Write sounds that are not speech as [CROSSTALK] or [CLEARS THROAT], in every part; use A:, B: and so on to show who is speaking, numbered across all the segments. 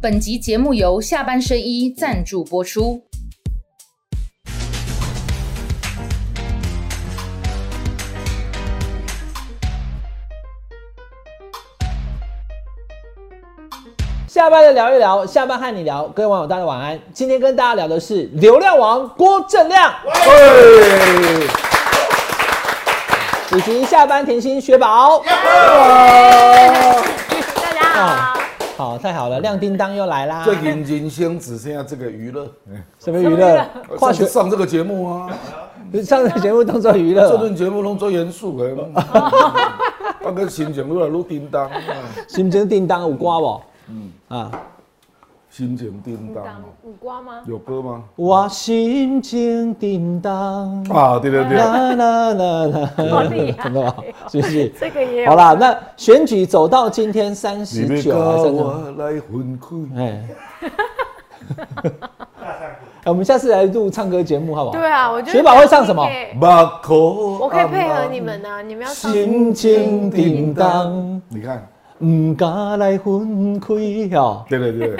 A: 本集节目由下半身衣赞助播出。
B: 下班的聊一聊，下班和你聊，各位网友大家晚安。今天跟大家聊的是流量王郭正亮，以及下班甜心雪宝。
C: 大家好，
B: 哦好，太好了，亮叮当又来啦。
D: 最近人生只剩下这个娱
B: [LAUGHS]
D: 乐，
B: 什么娱乐？
D: 跨
B: 跨
D: 去
B: 学
D: 上这个节目
B: [LAUGHS]
D: 啊，
B: 上的节目当做娱
D: [LAUGHS] 这
B: 乐，
D: 顿节目拢做严肃的，
B: [LAUGHS]
D: 那个心情愈来愈叮当，啊
B: 心情叮当有歌无？啊，
D: 心情叮当
C: 当，五瓜吗？
D: 有歌吗？
B: 我心情叮当。
D: 啊，对对对，
B: 啦啦啦啦，
C: 好
B: [LAUGHS]
C: 厉害
B: 真的吗？是不是？
C: 这个也有
B: 好啦，那选举走到今天三十
D: 你
B: 九
D: 要
B: 啊，
D: 跟
B: 真的。
D: 我来分开， [LAUGHS]
B: 哎，哎我们下次来录唱歌节目好不好？
C: 对啊，我觉得
B: 雪宝会唱什么嗯
D: 目眶
C: 我可以配合你们啊，你们要唱。
B: 心情叮当，
D: 你看，
B: 唔敢来分开哦。
D: 对
B: [LAUGHS]
D: 对对，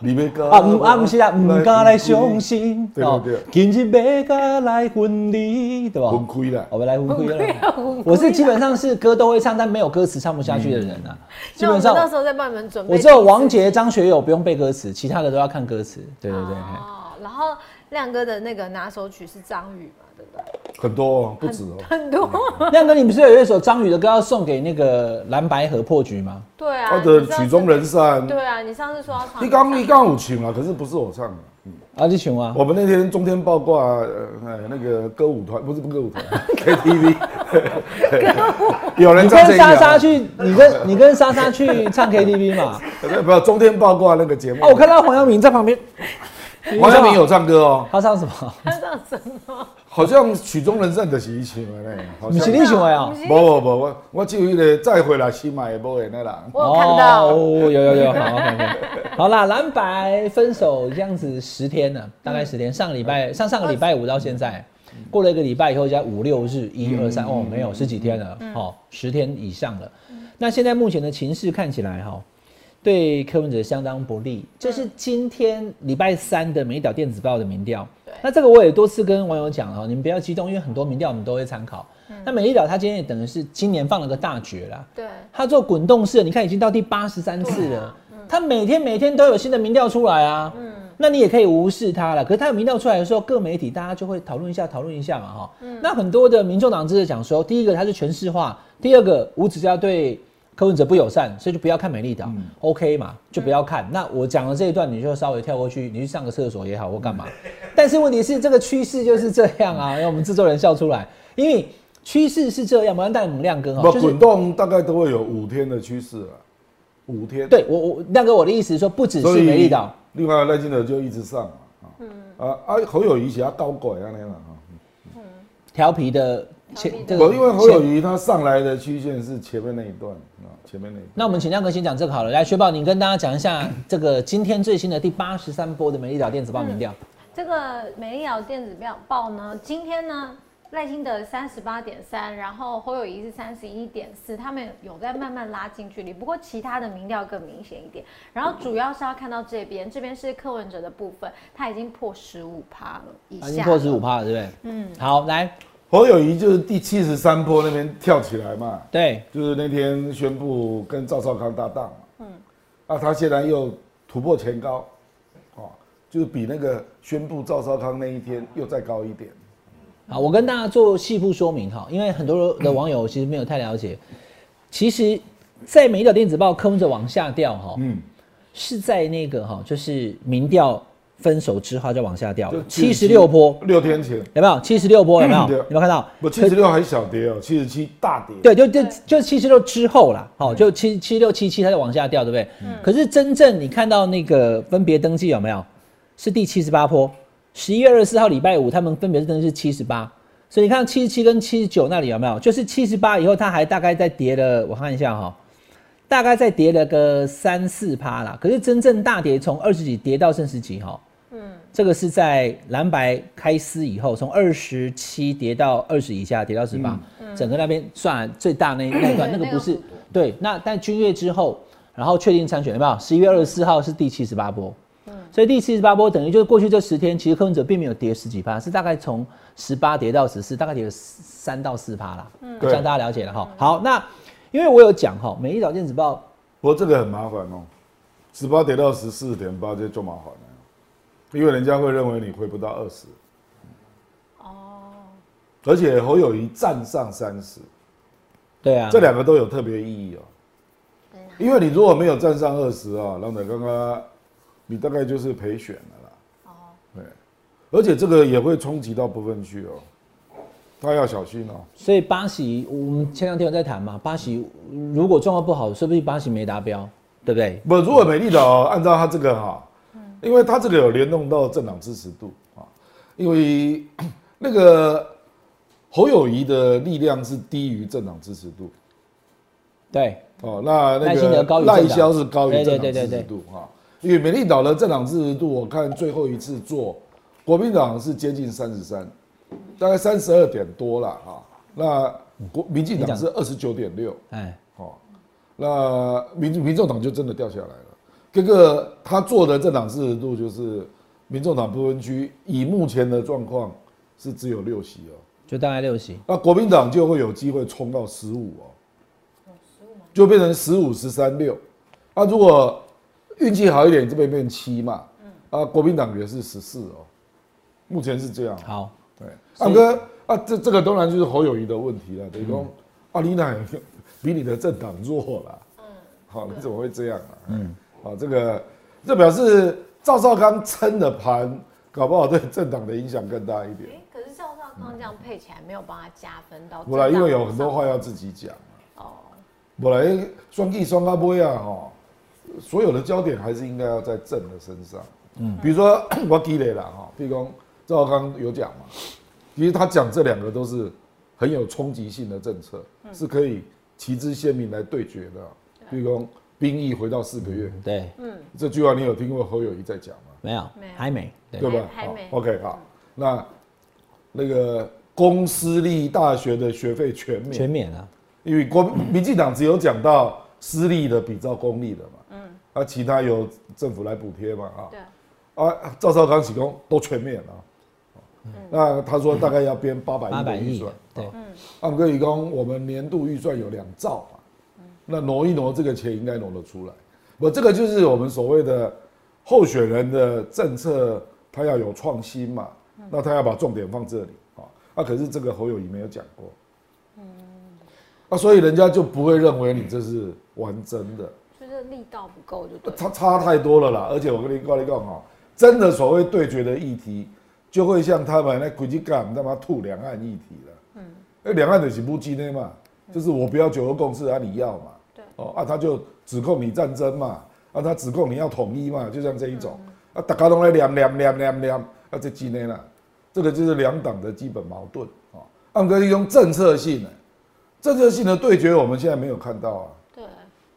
D: 你要跟
B: 啊，唔啊，唔是啦，唔敢来相，信
D: 对对对
B: 今日要甲来分离，对吧？
D: 分开啦，
B: 我们来分开
C: 啊
B: 了。我是基本上是歌都会唱，但没有歌词唱不下去的人啊。基
C: 嗯那
B: 本
C: 我们
B: 上
C: 到时候再帮你们准备。
B: 我只有王。杰、张学友不用背歌词，其他的都要看歌词。对对对，嘿
C: 哦，然后亮哥的那个拿手曲是张宇嘛，对不
B: 嗯
C: 对？
D: 很多哦，不止哦，
C: 很多。
B: [LAUGHS] 亮哥，你不是有一首张宇的歌要送给那个蓝白河破局吗？
C: 对啊。 [LAUGHS]
D: 他
C: 你
D: 的
C: 知道
D: 曲终人散
C: 是。对啊，你上次说要唱。
D: 你刚你刚有唱啊，可是不是我唱的。
B: 啊，你请啊，
D: 我们那天中天报挂，呃，哎那个歌舞团不是不是歌舞团啊
B: [LAUGHS]
D: ，KTV，有人
B: 你
D: 唱这啊
B: 跟
D: 一
B: 莎
D: 条
B: 莎，去，你跟你跟莎莎去唱 KTV [LAUGHS] 嘛？
D: 呃不中天报挂那个节目。
B: 哦，我看到黄耀明在旁边，
D: 黄晓明有唱歌哦，
B: 他唱什 [LAUGHS] 么？
C: 他唱什么？
D: 好像曲终人散的是一起嘛嘞，好
B: 不
D: 像
B: 是。你想的哦
C: 不。是
D: 不不不，我我只有一个再回来西马也不会那啦。
C: 我有看到。
B: 哦，有有
C: [LAUGHS]
B: 有，好好看看。好啦，蓝白分手这样子十天了，大概
C: 嗯
B: 十天。上礼拜上上个礼拜五到现在，过了一个礼拜以后，加五六日，一二
C: 嗯
B: 三，哦，没有十几天了，好、十天以上了。那现在目前的情势看起来，哈、对柯文哲相当不利。这是今天礼拜三的美岛电子报的民调。那这个我也多次跟网友讲了哦，你们不要激动，因为很多民调我们都会参考。
C: 嗯
B: 那美丽岛它今天也等于是今年放了个大绝啦，
C: 对。
B: 他做滚动式的，你看已经到第八十三次了，他每天每天都有新的民调出来啊，那你也可以无视他了。可是他有民调出来的时候，各媒体大家就会讨论一下，讨论一下嘛，哈、那很多的民众党支持讲说，第一个他是全市化，第二个吴子嘉对柯文哲不友善，所以就不要看美丽岛、o k 嘛，就不要看。那我讲了这一段，你就稍微跳过去，你去上个厕所也好或干嘛。 [LAUGHS] 但是问题是，这个趋势就是这样啊，让我们制作人笑出来，因为趋势是这样，麻烦带我们亮哥哈，
D: 不
B: 就是
D: 滚动大概都会有五天的趋势啊，五天。，
B: 对我我亮哥，我的意思是说，不只是美丽岛，
D: 另外赖清德就一直上嘛，啊啊啊侯友谊其他高拐啊那样啊。
B: 调皮的前
C: 调皮的
B: 这
D: 我
B: 个
D: 因为侯友
B: 前
D: 谊他上来的曲线是前面那一段啊，前面那一段。
B: 那我们请亮哥先讲这个好了，来雪宝，你跟大家讲一下这个今天最新的第八十三波的美丽岛电子报民调，
C: 这个美丽岛电子报报呢，今天呢，赖清德三十八点三，然后侯友谊是三十一点四，他们有在慢慢拉近距离。不过其他的民调更明显一点，然后主要是要看到这边，这边是柯文哲的部分，他已经破十五趴了以
B: 啊已经
C: 下，
B: 破十五。趴了，对不对？嗯，好，来，
D: 侯友谊就是第七十三坡那边跳起来嘛，
B: 对，
D: 就是那天宣布跟赵少康搭档嘛，嗯，啊，他现在又突破前高，哦，就是比那个宣布赵少康那一天又再高一点。
B: 好，我跟大家做细部说明哈，因为很多的网友其实没有太了解，其实，在美丽岛电子报柯文哲往下掉哈，
D: 嗯，
B: 是在那个哈，就是民调分手之后就往下掉了，七十六波，
D: 六天前，
B: 有没有？七十六波有没有？
D: 嗯对
B: 有没有看到？
D: 不，七十六还小跌哦，七十七大跌。，
B: 对，就就就七十六之后啦，好、就七七六七七它就往下掉，对不对？可是真正你看到那个分别登记有没有？是第七十八波，十一月二十四号礼拜五，他们分别是登记是七十八，所以你看七十七跟七十九那里有没有？就是七十八以后，它还大概再跌了，我看一下哈、大概再跌了个三四趴啦。可是真正大跌从二十几跌到剩十几哈、嗯，这个是在蓝白开撕以后，从二十七跌到二十以下，跌到十八、整个那边算最大那那一段，
C: 对
B: 那个不
C: 那个
B: 是
C: 幅度
B: 对。那但君越之后，然后确定参选，有没有？十一月二十四号是第七十八波，所以第七十八波等于就是过去这十天，其实柯文哲并没有跌十几趴，是大概从十八跌到十四，大概跌了三到四趴啦。嗯，这样大家了解了哈。好，那因为我有讲哈，《每日早见子报》
D: 不过这个很麻烦哦，十八点到十四点八就就麻烦了，因为人家会认为你回不到二十。哦。而且侯友谊站上三十，
B: 对啊，
D: 这两个都有特别意义哦。因为你如果没有站上二十啊，浪仔刚刚你大概就是陪选了啦。哦。对，而且这个也会冲击到部分区哦，大家要小心哦。
B: 所以巴西，我们前两天有在谈嘛，巴西如果状况不好，说不定巴西没达标，对不对？
D: 不，如果美丽岛哦按照他这个哈，因为他这个有联动到政党支持度啊，因为 [COUGHS] 那个侯友谊的力量是低于政党支持度
B: 对，
D: 哦，那
B: 赖
D: 那
B: 清德高
D: 个
B: 于
D: 赖
B: 政党
D: 萧是高于
B: 对
D: 政
B: 对对
D: 党支
B: 对
D: 持度哈，因为美丽岛的政党支持度，我看最后一次做国民党是接近三十三，大概三十二点多了哈，那国民进党是二十九点六。
B: 哎，
D: 哦，那民民众党就真的掉下来了。这个他做的政党支持度就是民众党不分区，以目前的状况是只有六席哦，
B: 就大概六席。
D: 那国民党就会有机会冲到十五哦，就变成十五十三六。那如果运气好一点，这边变七嘛，啊，国民党也是十四哦，目前是这样哦。
B: 好，
D: 对，阿哥啊，这这个当然就是侯友谊的问题了，等于说阿丽娜 [LAUGHS] 比你的政党弱了，嗯，好，你怎么会这样啊？嗯，好，这个这表示赵少康撑的盘，搞不好对政党的影响更大一点。
C: 哎，可是赵少康这样配起来没有帮他加分到，
D: 我来，因为有很多话要自己讲
C: 哦，
D: 我来双 G 双阿波啊，哈，所有的焦点还是应该要在政的身上。嗯，比如说 [CLEARS THROAT] 我积累了哈，譬如说赵少康有讲嘛，其实他讲这两个都是很有冲击性的政策，是可以旗帜鲜明来对决的。譬如说兵役回到四个
C: 嗯
D: 月，
B: 对，
D: 这句话你有听过侯友谊在讲吗？
B: 没有
C: 没有，
B: 还没，对
D: 对吧？
C: 还还
D: 好
C: 没
D: OK，好，那那个公私立大学的学费全免，
B: 全免了。
D: 因为国民进党只有讲到私立的比照公立的嘛，嗯，啊，其他由政府来补贴嘛，
C: 对，
D: 啊，啊，赵少康起工都全面啊，那他说大概要编八百亿的
B: 800
D: 预
B: 亿
D: 算，
B: 对
D: 啊，按哥以工我们年度预算有两兆嘛，那挪一挪这个钱应该挪得出来，我这个就是我们所谓的候选人的政策，他要有创新嘛，那他要把重点放这里啊，那可是这个侯友谊没有讲过。那所以人家就不会认为你这是玩真的，
C: 就是力道不够就对了。
D: 差差太多了啦。而且我跟你告你讲哦，真的所谓对决的议题，就会像他们那国际干他妈吐两岸议题了。嗯，那两岸的是不基内嘛，就是我不要九二共识啊，你要嘛。
C: 嗯对
D: 哦啊，他就指控你战争嘛，啊他指控你要统一嘛，就像这一
C: 嗯
D: 种，啊大家都在念念念念念，啊这几年啦，这个就是两党的基本矛盾啊。按哥用政策性的、政策性的对决，我们现在没有看到啊。
C: 对，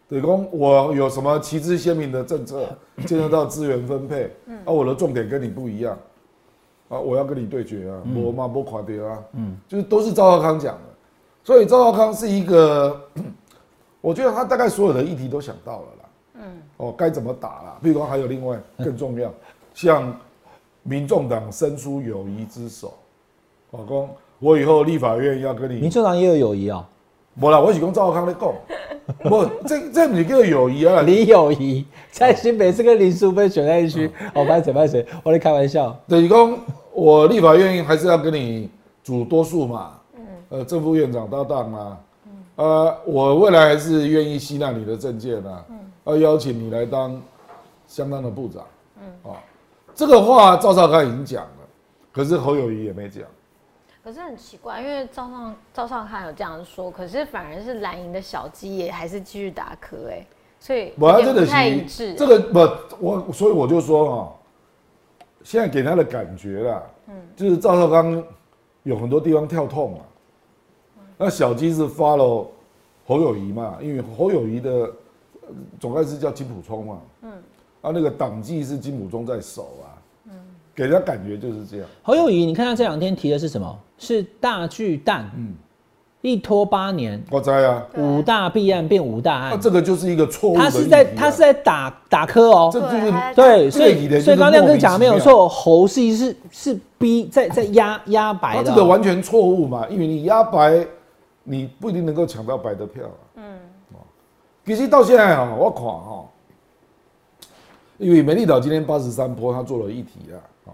D: 对公，我有什么旗帜鲜明的政策，牵涉到资源分配，啊，我的重点跟你不一样，啊，我要跟你对决啊，我嘛不垮掉啊，嗯，就是都是赵少康讲的，所以赵少康是一个， [CLEARS THROAT] 我觉得他大概所有的议题都想到了啦，嗯，哦，该怎么打啦，比如说还有另外更重要，像民众党伸出友谊之手，老公，我以后立法院要跟你
B: 民众党也有友谊哦，
D: 无啦，我是讲 [LAUGHS] 赵少康咧讲，无这这不是叫友谊啊，
B: 李友谊在新北市跟林淑芬选在一区，哦，拍谁拍谁，我在开玩笑。
D: 等于讲我立法院还是要跟你主多数嘛，呃，正副院长搭档啊，呃，我未来还是愿意吸纳你的政见啊，要邀请你来当相当的部长，嗯，啊，这个话赵少康已经讲了，可是侯友谊也没讲，
C: 可是很奇怪，因为赵尚赵尚康有这样说，可是反而是蓝营的小鸡也还是继续打磕哎、所以
D: 我
C: 有
D: 要
C: 点
D: 真
C: 不
D: 的
C: 太一
D: 是
C: 致。啊
D: 这个不，我所以我就说哈、现在给他的感觉啦，嗯，就是赵少康有很多地方跳痛啊。那小鸡是 follow 侯友谊嘛，因为侯友谊的呃总干事叫金溥聪嘛，嗯，啊那个党纪是金溥聪在守啊，嗯，给人家感觉就是这样。
B: 侯友谊，你看他这两天提的是什么？是大巨蛋，嗯，一拖八年，
D: 我知啊，
C: 对
B: 五大弊案变五大
D: 那
B: 案，
D: 这个就是一个错误的
B: 他
D: 议题啊。
B: 是在他是在打打磕哦，
D: 这就是
C: 对
B: 对，
D: 这
B: 所
D: 个理
B: 以
D: 论
B: 所以
D: 就是
B: 刚刚亮
D: 莫
B: 哥
D: 名
B: 讲的没
D: 其
B: 有
D: 妙
B: 错，猴是是是逼在在压压白
D: 他
B: 的哦，
D: 这个完全错误嘛，因为你压白，你不一定能够抢到白的票、嗯，其实到现在啊、我看哈、因为美丽岛今天八十三坡，他做了一题啊，啊，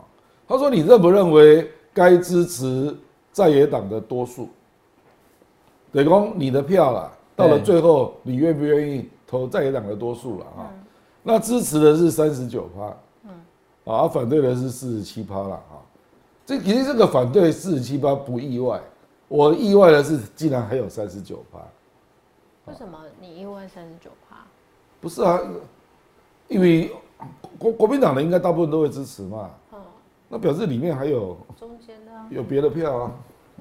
D: 他说你认不认为该支持在野党的多数？等于说你的票啦，到了
B: 对
D: 最后你愿不愿意投在野党的多数了啊？那支持的是三十九趴，嗯，啊，反对的是四十七趴了啊。这其实这个反对四十七趴不意外，我意外的是竟然还有三十九趴，
C: 为什么你一问三十九趴？
D: 不是啊？因为国国民党的应该大部分都会支持嘛，
C: 嗯，
D: 那表示里面还有
C: 中间的啊
D: 有别的票啊。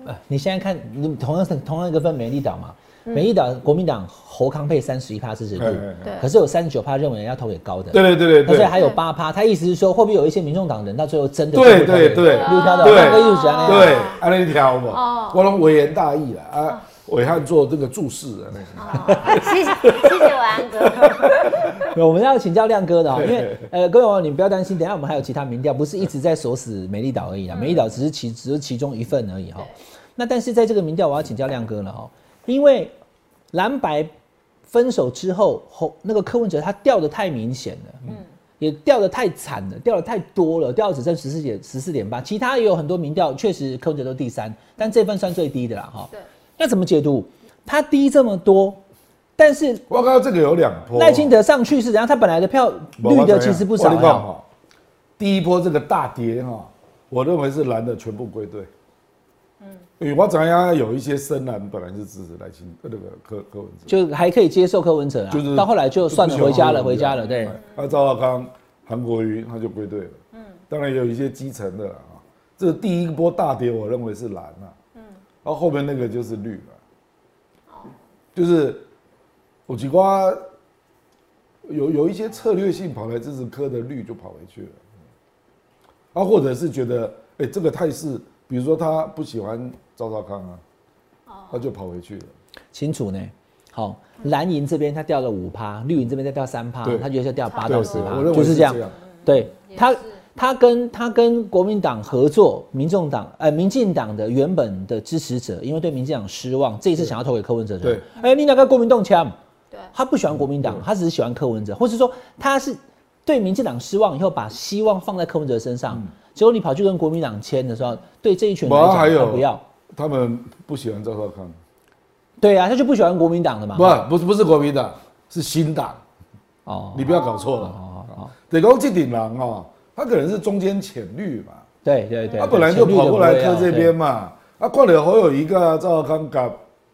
B: 呃你现在看，你同样是同样一个分美丽岛嘛，美丽岛国民党侯康配三十一趴支持度
D: 哎哎，
C: 哎
B: 可是有三十九趴认为要投给高的，
D: 对对对
B: 那
D: 对
B: 所以
D: 对，
B: 还有八趴，他意思是说会不会有一些民众党人到最后真的
D: 对
B: 不投给
D: 对对
B: 六条的
D: 对
B: 那个艺术家那样，
D: 对，安尼条嘛
C: 哦，
D: 我拢微言大义啦啊，伟汉做这个注释啊，
E: 谢谢谢谢晚安
B: [LAUGHS]
E: 哥，
B: 我们要请教亮哥的哦，
D: 对
B: 因为呃，各位网友你们不要担心，等一下我们还有其他民调，不是一直在锁死美丽岛而已啦，美丽岛只是其只是其中一份而已哈、那但是在这个民调，我要请教亮哥了哈、因为蓝白分手之后，后那个柯文哲他掉的太明显了，嗯，也掉的太惨了，掉的太多了，掉的只剩十四点十四点八，其他也有很多民调确实柯文哲都第三，但这份算最低的啦哈、
C: 对，
B: 那怎么解读？他低这么多，但是
D: 我刚刚这个有两波，
B: 赖清德上去是怎样？他本来的票
D: 没
B: 绿
D: 哦我怎
B: 的
D: 样
B: 其实不
D: 我
B: 少啊
D: 跟你讲
B: 呀。
D: 哈，第一波这个大跌哈，我认为是蓝的全部归队。嗯，因为我怎样有一些深蓝本来是支持赖清呃那个柯柯文哲，
B: 就还可以接受柯文哲啊，
D: 就是
B: 到后来就算了，
D: 不喜欢
B: 回家了，
D: 柯文
B: 回
D: 哲
B: 家了，对
D: 哎，那赵少康、韩国瑜他就归队了。嗯，当然也有一些基层的啦啊。这个第一波大跌，我认为是蓝啊。嗯，哦然后后面那个就是绿了。就是我几瓜有有一些策略性跑来支持科的绿就跑回去了，嗯啊，或者是觉得哎、这个态势，比如说他不喜欢赵少康啊，他就跑回去了。
B: 清楚呢。好，蓝营这边他掉了五趴，绿营这边再掉三趴
D: 对，
B: 他觉得是掉八
D: 对
B: 到十趴
D: 我认，为
B: 就是
D: 是
B: 这样
D: 这。样。
B: 对
C: 也
B: 他
C: 是，
B: 他跟他跟国民党合作，民众党呃，民进党的原本的支持者，因为对民进党失望，这一次想要投给柯文哲的人。哎，你哪个国民党强？
C: 对
B: 他不喜欢国民党，他只是喜欢柯文哲，或是说他是对民进党失望以后，把希望放在柯文哲身上，结果你跑去跟国民党签的时候，对这一群人来
D: 我嗯还
B: 讲
D: 有
B: 他不要，
D: 他们不喜欢赵少康，
B: 对啊，他就不喜欢国民党了嘛。
D: 不不是不是国民党，是新党，
B: 啊哦，
D: 你不要搞错了。啊得讲这顶狼哦，他可能是中间浅绿嘛，
B: 对对对，
D: 他本来就跑过来
B: 柯
D: 科这边嘛，啊，冠了侯有一个赵少康搞，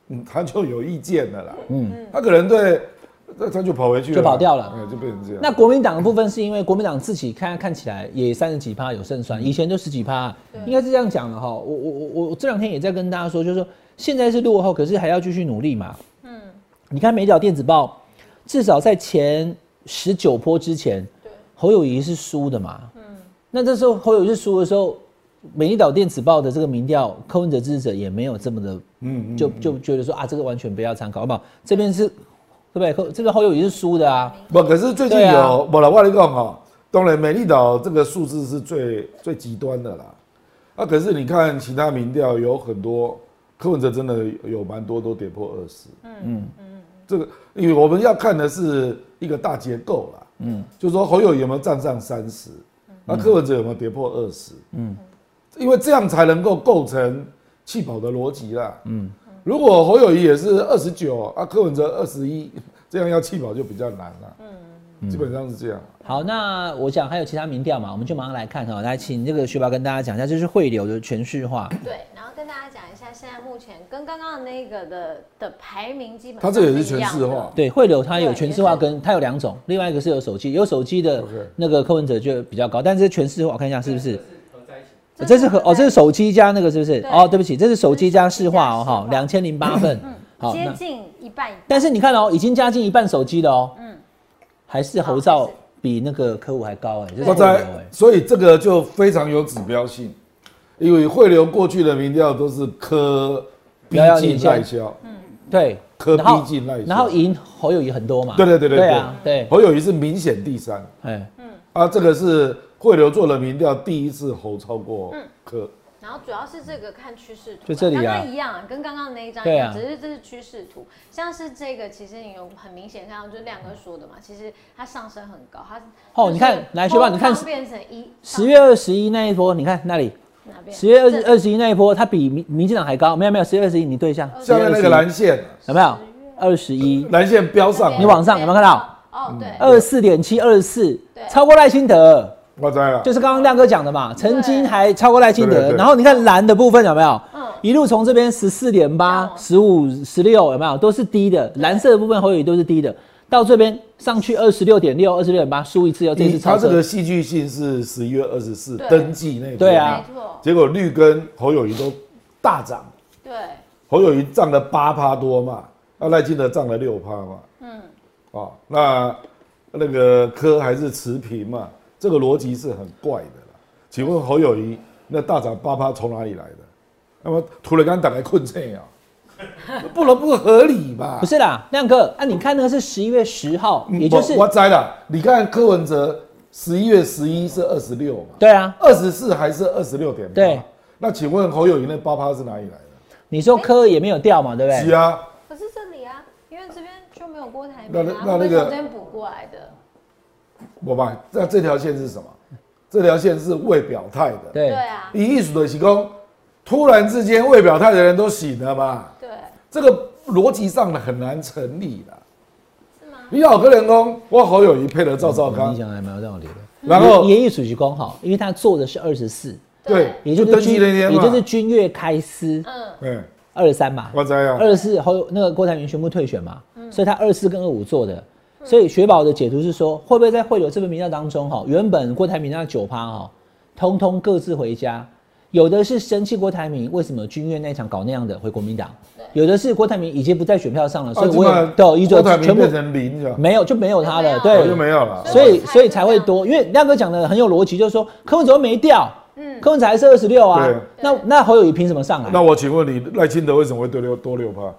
D: 嗯，他就有意见的啦，嗯，他可能对，那他就跑回去了，
B: 就跑掉了
D: 哎，就变成这样。
B: 那国民党的部分是因为国民党自己看看起来也三十几趴有胜算，以前就十几趴，应该是这样讲的哈。我我我我我这两天也在跟大家说，就是说现在是落后，可是还要继续努力嘛。嗯，你看美角电子报，至少在前十九波之前，侯友谊是输的嘛。嗯，那这时候侯友谊是输的时候，美丽岛电子报的这个民调，柯文哲支持者也没有这么的，嗯，就就觉得说啊，这个完全不要参考，好不好？这边是。对不对？柯这个侯友谊是输的啊，
D: 不，可是最近
B: 对啊
D: 有，不了，我跟你讲哦，当然美丽岛这个数字是最最极端的啦，啊，可是你看其他民调有很多，柯文哲真的有蛮多都跌破二十，嗯嗯这个因为我们要看的是一个大结构啦，嗯，就是说侯友有没有站上三十，那柯文哲有没有跌破二十，嗯，因为这样才能够构成弃保的逻辑啦，嗯。如果侯友谊也是二十九，啊，柯文哲二十一，这样要弃保就比较难了、基本上是这样。
B: 好，那我想还有其他民调嘛，我们就马上来看哈、来，请这个学宝跟大家讲一下，这是汇流的全市化。
C: 对，然后跟大家讲一下，现在目前跟刚刚的那个的的排名基本
D: 它
C: 上
D: 这个也是
C: 一
D: 全
C: 样
D: 市
C: 的
D: 化，
B: 对，汇流它有
C: 对
B: 全市化跟它有两种，另外一个是有手机，有手机的
D: OK
B: 那个柯文哲就比较高，但是全市化我看一下是不是？
C: 这
B: 这
C: 是
B: 是和哦，这是手机加那个是不是？
C: 对
B: 哦，对不起，这是手机加市化哦，
C: 这是手机加市化
B: 哈，两千零八份。好，
C: 接
B: 那
C: 近一半以上。
B: 但是你看哦，已经加进一半手机了哦，嗯，还是侯
C: 好
B: 照
C: 还是
B: 比那个科五还高哎，这是汇
D: 我
B: 流
D: 在
B: 哎，，
D: 所以这个就非常有指标性，因为汇流过去的民调都是科逼
B: 遥遥领
D: 近
B: 先
D: 赖萧，
B: 对，
D: 柯
B: 然后
D: 逼近赖萧
B: 然后赢侯友谊很多嘛，
D: 对对对对
B: 对啊，对，
D: 侯友谊是明显第三
B: 哎，
D: 啊，这个是汇流做了民调，第一次侯超过柯，
C: 然后主要是这个看趋势图啊，
B: 就这里啊
C: 刚刚一样，跟刚刚那一张一
B: 对
C: 样，
B: 啊
C: 只是这是趋势图。像是这个，其实你有很明显看到，就是亮哥说的嘛，其实它上升很高，它
B: 哦
C: 就是
B: 你看来学霸你看
C: 后方变成一
B: 十月二十一那一波，你看那里，
C: 哪边？
B: 十月二
C: 这
B: 二十一那一波，它比民民进党还高，没有没有，十月二十一你对一下，
D: 下面那
B: 10
D: 个
B: 月21
D: 蓝线，
B: 有没有？二十一，
D: 蓝线飙上来，啊
B: 你往上有没有看到？嗯
C: 哦，对，
B: 二四点七，二四
C: 对，
B: 超过赖清德，
D: 我在了
B: 就，是刚刚亮哥讲的嘛，曾经
C: 对
B: 还超过赖清
D: 对对
B: 德。
D: 对
B: 然后你看蓝的部分有没有
C: 嗯？
B: 一路从这边十四点八
C: 哦、
B: 十五、十六有没有？都是低的，蓝色的部分侯友宜都是低的，到这边上去二十六点六、二十六点八，输一次又这次
D: 你他
B: 超
D: 这个
B: 车。
D: 戏剧性是十一月二十四
C: 对
D: 登记那天
B: 对啊
C: 没错，
D: 结果绿跟侯友谊都大涨，
C: 对，
D: 侯友谊涨了八趴多嘛，那赖清德涨了六趴嘛，嗯，哦，那那个科还是持平嘛，这个逻辑是很怪的啦。请问侯友谊那大涨八趴从哪里来的？那么突然间打来困
B: [LAUGHS]
D: 这啊，不能不合理吧？
B: 不是啦，亮哥，啊，你看那个是十一月十号，
D: 嗯，
B: 也就是
D: 我我栽了。你看柯文哲十一月十一是二十六嘛，
B: 对啊，
D: 二十四还是二十六点八
B: 对。
D: 那请问侯友谊那八趴是哪里来的？
B: 你说科也没有掉嘛，对不
D: 是
B: 对？
D: 啊，
C: 可是这里啊，因为这边就没有郭台铭
D: 那那
C: 啊，
D: 那
C: 我们
D: 那个
C: 从这边补过来的，
D: 我吧，那这条线是什么？这条线是未表态的。
C: 对
B: 对，
C: 啊，
D: 以艺术的提供，突然之间未表态的人都醒了嘛？
C: 对，
D: 这个逻辑上很难成立的。
C: 是吗？
D: 你老跟人讲，我侯友谊配了赵少
B: 嗯你
D: 康，
B: 讲的还蛮有道理的。
D: 然后
B: 也也属于刚好，因为他做的是二十四，
D: 对，
B: 也就
D: 登
B: 是
D: 记
B: 君
D: 那天
B: 也
D: 嘛，
B: 就是君越开司
C: 嗯，
D: 嗯，
B: 二三嘛，
D: 我栽啊，
B: 二四侯那个郭台铭宣布退选嘛，所以他二四跟二五做的。所以雪宝的解读是说，会不会在汇流这份民调当中，哈，原本郭台铭那九趴哈，通通各自回家，有的是生气郭台铭为什么军乐那一场搞那样的回国民党，有的是郭台铭已经不在选票上了，所以我
D: 啊
B: 也
D: 这
B: 都依
D: 郭
B: 照
D: 台铭
B: 全部
D: 变成零了，
B: 没有就没有他了，
C: 就没
D: 早
C: 有
B: 对
D: 哦就，没有了。
B: 所以所以才会多，因为亮哥讲的很有逻辑，就是说柯文哲没掉，
C: 嗯
B: 柯文哲还是二十六啊
D: 对，
B: 那那侯友谊凭什么上来
D: 那？我请问你，赖清德为什么会多六多六趴？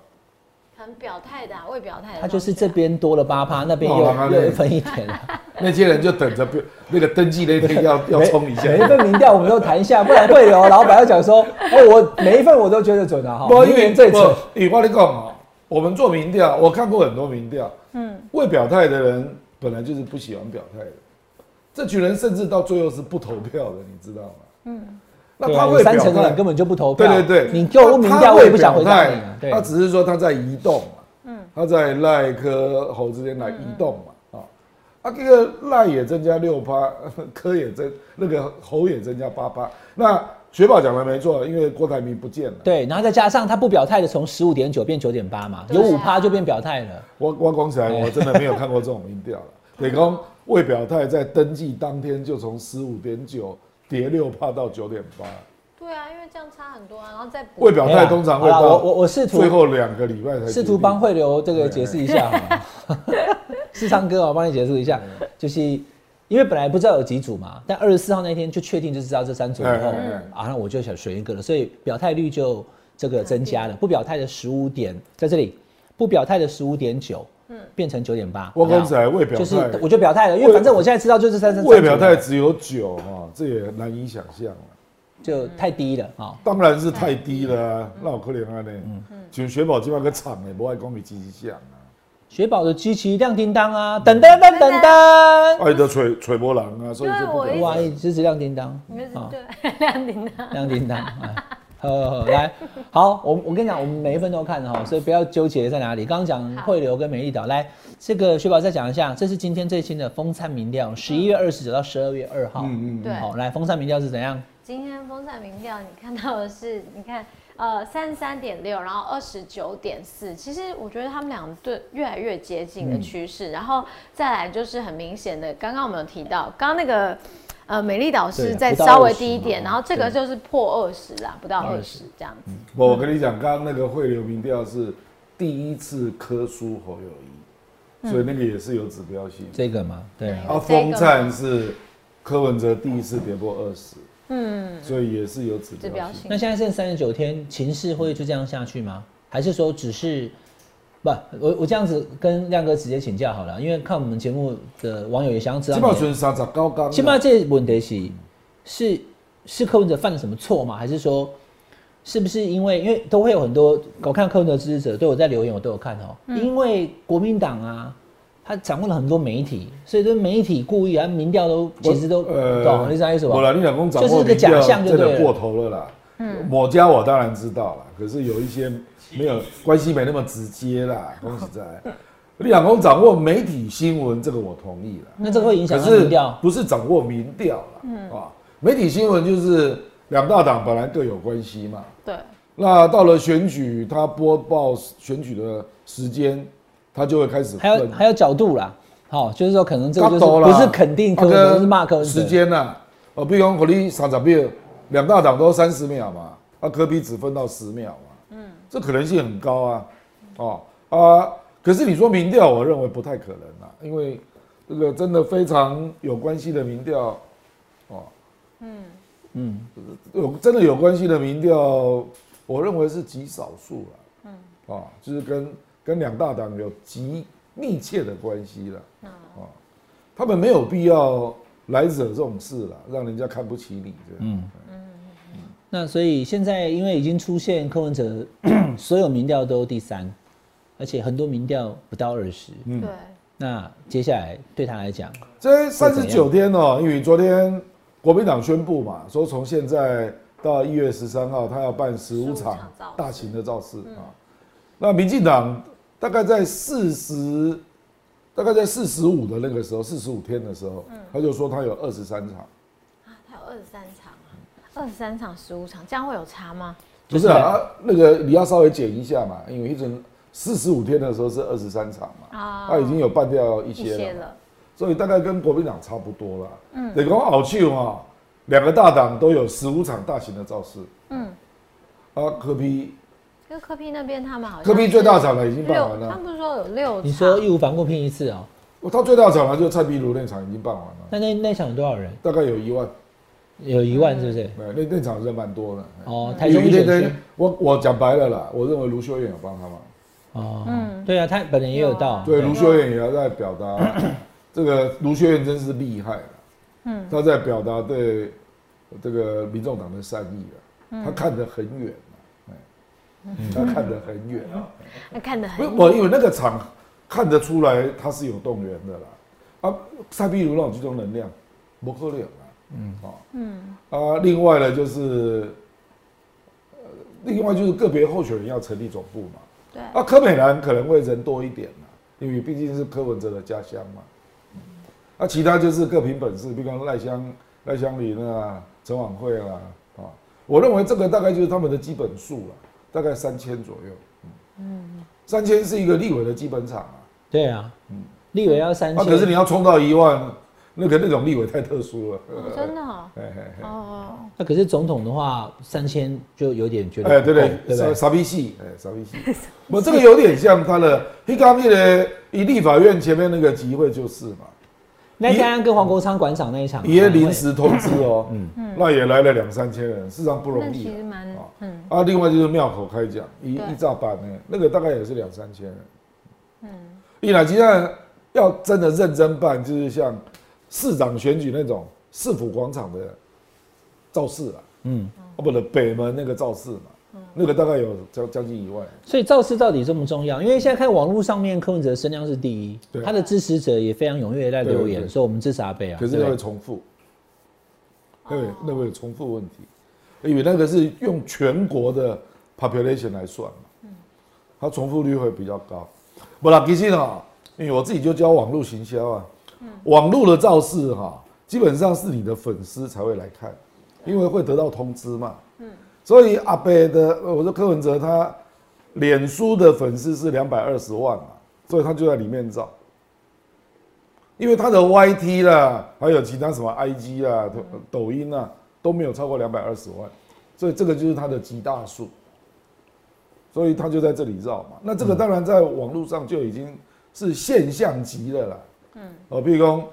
C: 很表态的啊，未表态的，
B: 他就是这。边多了八趴，那边又
D: 哦那那
B: 又分一点
D: [LAUGHS]
B: 了。
D: 那些人就等着被那个登记那天要要冲一下
B: 每。一份民调我们都谈一下，不然会
D: [LAUGHS]
B: 有老板要讲说，哎、我每一份我都觉得准啊，哈，
D: 不，
B: 明
D: 因为
B: 年最准。
D: 不以我跟你讲啊，我们做民调，我看过很多民调，嗯，未表态的人本来就是不喜欢表态的，这群人甚至到最后是不投票的，你知道吗？嗯，那
B: 对
D: 他
B: 啊
D: 会
B: 有三
D: 表
B: 成的人
D: 态
B: 根，本就不投票。
D: 对对对，
B: 你给我问民调，我也不想回答你啊。对
D: 他，只是说他在移动嘛，嗯，他在赖科侯之间来移动嘛，啊、啊，这个赖也增加六趴，科也增那个侯也增加八趴。那雪宝讲的没错，因为郭台铭不见了，
B: 对，然后再加上他不表态的，从十五点九变九点八嘛，有
C: 对
B: 五
C: 啊
B: 趴就变表态了。
D: 我我讲起来，
B: 哎
D: 我真的没有看过这种民调
B: [LAUGHS]
D: 了。得公未表态在登记当天就从十五点九跌六趴到九点八，
C: 对啊，因为这样差很多啊，然后再补
D: 未表态通常会
B: 哎好啦
D: 到
B: 我我我试图
D: 最后两个礼拜才
B: 试图帮汇流这个解释一下好吗？ [LAUGHS] 世昌哥，我帮你解释一下，就是因为本来不知道有几组嘛，但二十四号那天就确定就知道这三组以后，
D: 嗯嗯
B: 啊，那我就想选一个了，所以表态率就这个增加
D: 嗯
B: 了，不表态的十五点在这里，不表态的十五点九，变成九点八，
D: 我公仔未表
B: 哎就是
D: 态，
B: 我就表态了，因为反正我现在知道就是三三，
D: 未表态只有九哈，这也难以想象啊
B: 就太低了啊。
D: 当然是太低了、
B: 哎
D: 啊，那我可怜啊呢。
B: 嗯
D: 请雪宝这边个厂也不爱讲你积极向啊，
B: 雪宝的机器亮叮当
D: 嗯
B: 啊，噔噔噔噔噔，
D: 爱得吹吹波浪啊，所以就不
C: 对
D: 得
C: 我
B: 哇，支持亮叮当，
C: 你们是
B: 啊
C: 对亮点的，
B: 亮叮当，哎呵呵呵，来，好，我我跟你讲，我们每一份都看哈，所以不要纠结在哪里。刚刚讲汇流跟美丽岛，来，这个雪宝再讲一下，这是今天最新的风灿民调，十一月二十九到十二月二号。嗯
D: 嗯
C: 对
B: 好，来，风扇民调是怎样？
C: 今天风扇民调，你看到的是，你看，呃，三十三点六，然后二十九点四。其实我觉得他们俩对越来越接近的趋势。然后再来就是很明显的，刚刚我们有提到，刚刚那个呃美丽岛
B: 对
C: 是
B: 啊
C: 在
B: 不到
C: 稍微
B: 20
C: 低一点，
B: 嘛
C: 然后这个就是破二十啦，不到二十这样子。
D: 不我跟你讲，刚刚那个汇流民调是第一次科书侯友谊，所以那个也是有指标性。
B: 这个嘛，对啊，
D: 啊，
C: 这个
D: 风灿是柯文哲第一次跌破二十，嗯，所以也是有指
C: 指标
D: 标性。
C: 性
B: 那。现在剩三十九天，情势会就这样下去吗？还是说只是不？我我这样子跟亮哥直接请教好了，因为看我们节目的网友也想知道
D: 起
B: 你的。
D: 码存三十高纲啊，
B: 起码这问题是是是柯文哲犯了什么错吗？还是说是不是因为因为都会有很多我看柯文哲支持者对我在留言，我都有看哦、因为国民党啊，他掌握了很多媒体，所以对媒体故意啊，民调都其实都懂，你知道意思吧
D: 呃我？啦，你老公掌握
B: 就是个假象就对
D: 民调
B: 了
D: 真的过头了啦。嗯，某家我当然知道啦，可是有一些没有关系没那么直接啦。恭喜在，你老公掌握媒体新闻，这个我同意啦。
B: 那这个会影
D: 可
B: 响他
D: 是
B: 民调。嗯
D: 不是掌握民调啦。啊，媒体新闻就是两大党本来各有关系嘛。
C: 对，
D: 那到了选举，他播报选举的时间，他就会开始
B: 还有
D: 分
B: 还有角度啦，好、就是说可能这个就是
D: 角度啦
B: 不是肯定柯文
D: 啊
B: 哲，
D: 跟
B: 是骂柯文哲。
D: 时间呐，哦，比如讲，可你三十秒，两大党都三十秒嘛，啊，科比只分到十秒嘛，嗯，这可能性很高啊，哦啊，可是你说民调，我认为不太可能啦，因为这个真的非常有关系的民调，哦，
B: 嗯，
D: 有真的有关系的民调，我认为是极少数了，嗯，啊，就是跟跟两大党有极密切的关系了，啊，他们没有必要来惹这种事了，让人家看不起你这样，
B: 那所以现在因为已经出现柯文哲 [CLEARS THROAT] 所有民调都第三，而且很多民调不到二十。
D: 嗯
C: 对，
B: 那接下来对他来讲，
D: 这三十九天哦、因为昨天国民党宣布嘛，说从现在到一月十三号，他要办十五
C: 15
D: 场
C: 场造势
D: 大型的造势啊。那民进党大概在四十，大概在四十五的那个时候，四十五天的时候，他就说他有二十三场，
C: 啊，他有二十三场啊，二十三场十五场，这样会有差吗？
D: 不是啊，啊那个你要稍微减一下嘛，因为一整四十五天的时候是二十三场嘛，
C: 啊
D: 他已经有办掉一
C: 一
D: 些
C: 些
D: 了嘛。
C: 了，
D: 所以大概跟国民党差不多啦。嗯，等于讲好去嘛，两个大党都有十五场大型的造势。
C: 嗯，
D: 啊，科比
C: 因为科批那边他们好像
D: 科比最大场的已经办完
C: 六，他
D: 了，
C: 们不是说有六场？
B: 你说义无反顾拼一次哦、
D: 他最大场的就是蔡壁如那场已经办完了，
B: 那那那场有多少人？
D: 大概有一万，
B: 有一万是不是？
D: 哎那那场人蛮多的。
B: 哦，
D: 哎
B: 台中一选
D: 因为
B: 区
D: 我我讲白了啦，我认为卢秀燕有帮他忙，
B: 哦，对啊，他本人也有到啊，
D: 对，卢秀燕也要在表达，这个卢秀燕真是厉害了，嗯，她在表达对这个民众党的善意啊，她看得很远啊，哎，她看得很远啊。
C: 那看得
D: 不
C: 很
D: 是，我因为那个场看得出来他是有动员的啦。啊，塞比如那种这种能量，不可能啦。嗯，啊，嗯，啊，另外呢就是，呃，另外就是个别候选人要成立总部嘛。
C: 对，
D: 啊，柯美兰可能会人多一点啦，因为毕竟是柯文哲的家乡嘛。啊，其他就是各凭本事，比方说赖香赖香林啊、陈婉慧啦，啊，我认为这个大概就是他们的基本数了，大概三千左右。三千是一个立委的基本场啊，
B: 对啊，立委要三
D: 啊，可是你
B: 千，
D: 要冲到一万，那个那种立委太特殊了。
C: 哦真的哦
D: 嘿嘿嘿
C: 哦，
B: 那可是总统的话三千就有点觉得
D: 哎，
B: 不够，
D: 对对，
B: 对不
D: 傻
B: 对？
D: 傻逼戏，哎，傻逼戏，我这个有点像他的黑咖喱的以立法院前面那个集会就是嘛，
B: 那刚刚跟黄国昌馆长那一场
D: 也临时通知哦，那也来了两三千人，事实上不
C: 嗯
D: 容
C: 那
D: 易
C: 其实
D: 啊。
C: 蛮
D: 哦
C: 嗯，
D: 啊，另外就是庙口开讲一
C: 对
D: 一炸板呢，那个大概也是两三千人。嗯，一来鸡蛋要真的认真办，就是像市长选举那种市府广场的造势啊，
B: 嗯
D: 嗯，哦不对，北门那个造势
C: 嗯
D: 嘛，那个大概有将将近一万。
B: 所以造势到底重不重要？因为现在看网络上面柯文哲的声量是第一
D: 对，
B: 他的支持者也非常踊跃在留
D: 对对
B: 言，
D: 对
B: 说我们支持阿贝啊。
D: 可是
B: 对
D: 那
B: 不
D: 会
B: 对
D: 重复，那会那会有重复问题，因为那个是用全国的 population 来算嘛，它重复率会比较高。不啦，其实啊，因为我自己就教网络行销啊，网络的造势哈、基本上是你的粉丝才会来看，因为会得到通知嘛。所以阿北的，呃我说柯文哲他脸书的粉丝是两百二十万嘛，所以他就在里面造。因为他的 YT 啦，还有其他什么 IG 啦、抖抖音啊，都没有超过两百二十万，所以这个就是他的极大数，所以他就在这里绕嘛。那这个当然在网络上就已经是现象级的啦。嗯，哦，譬如说，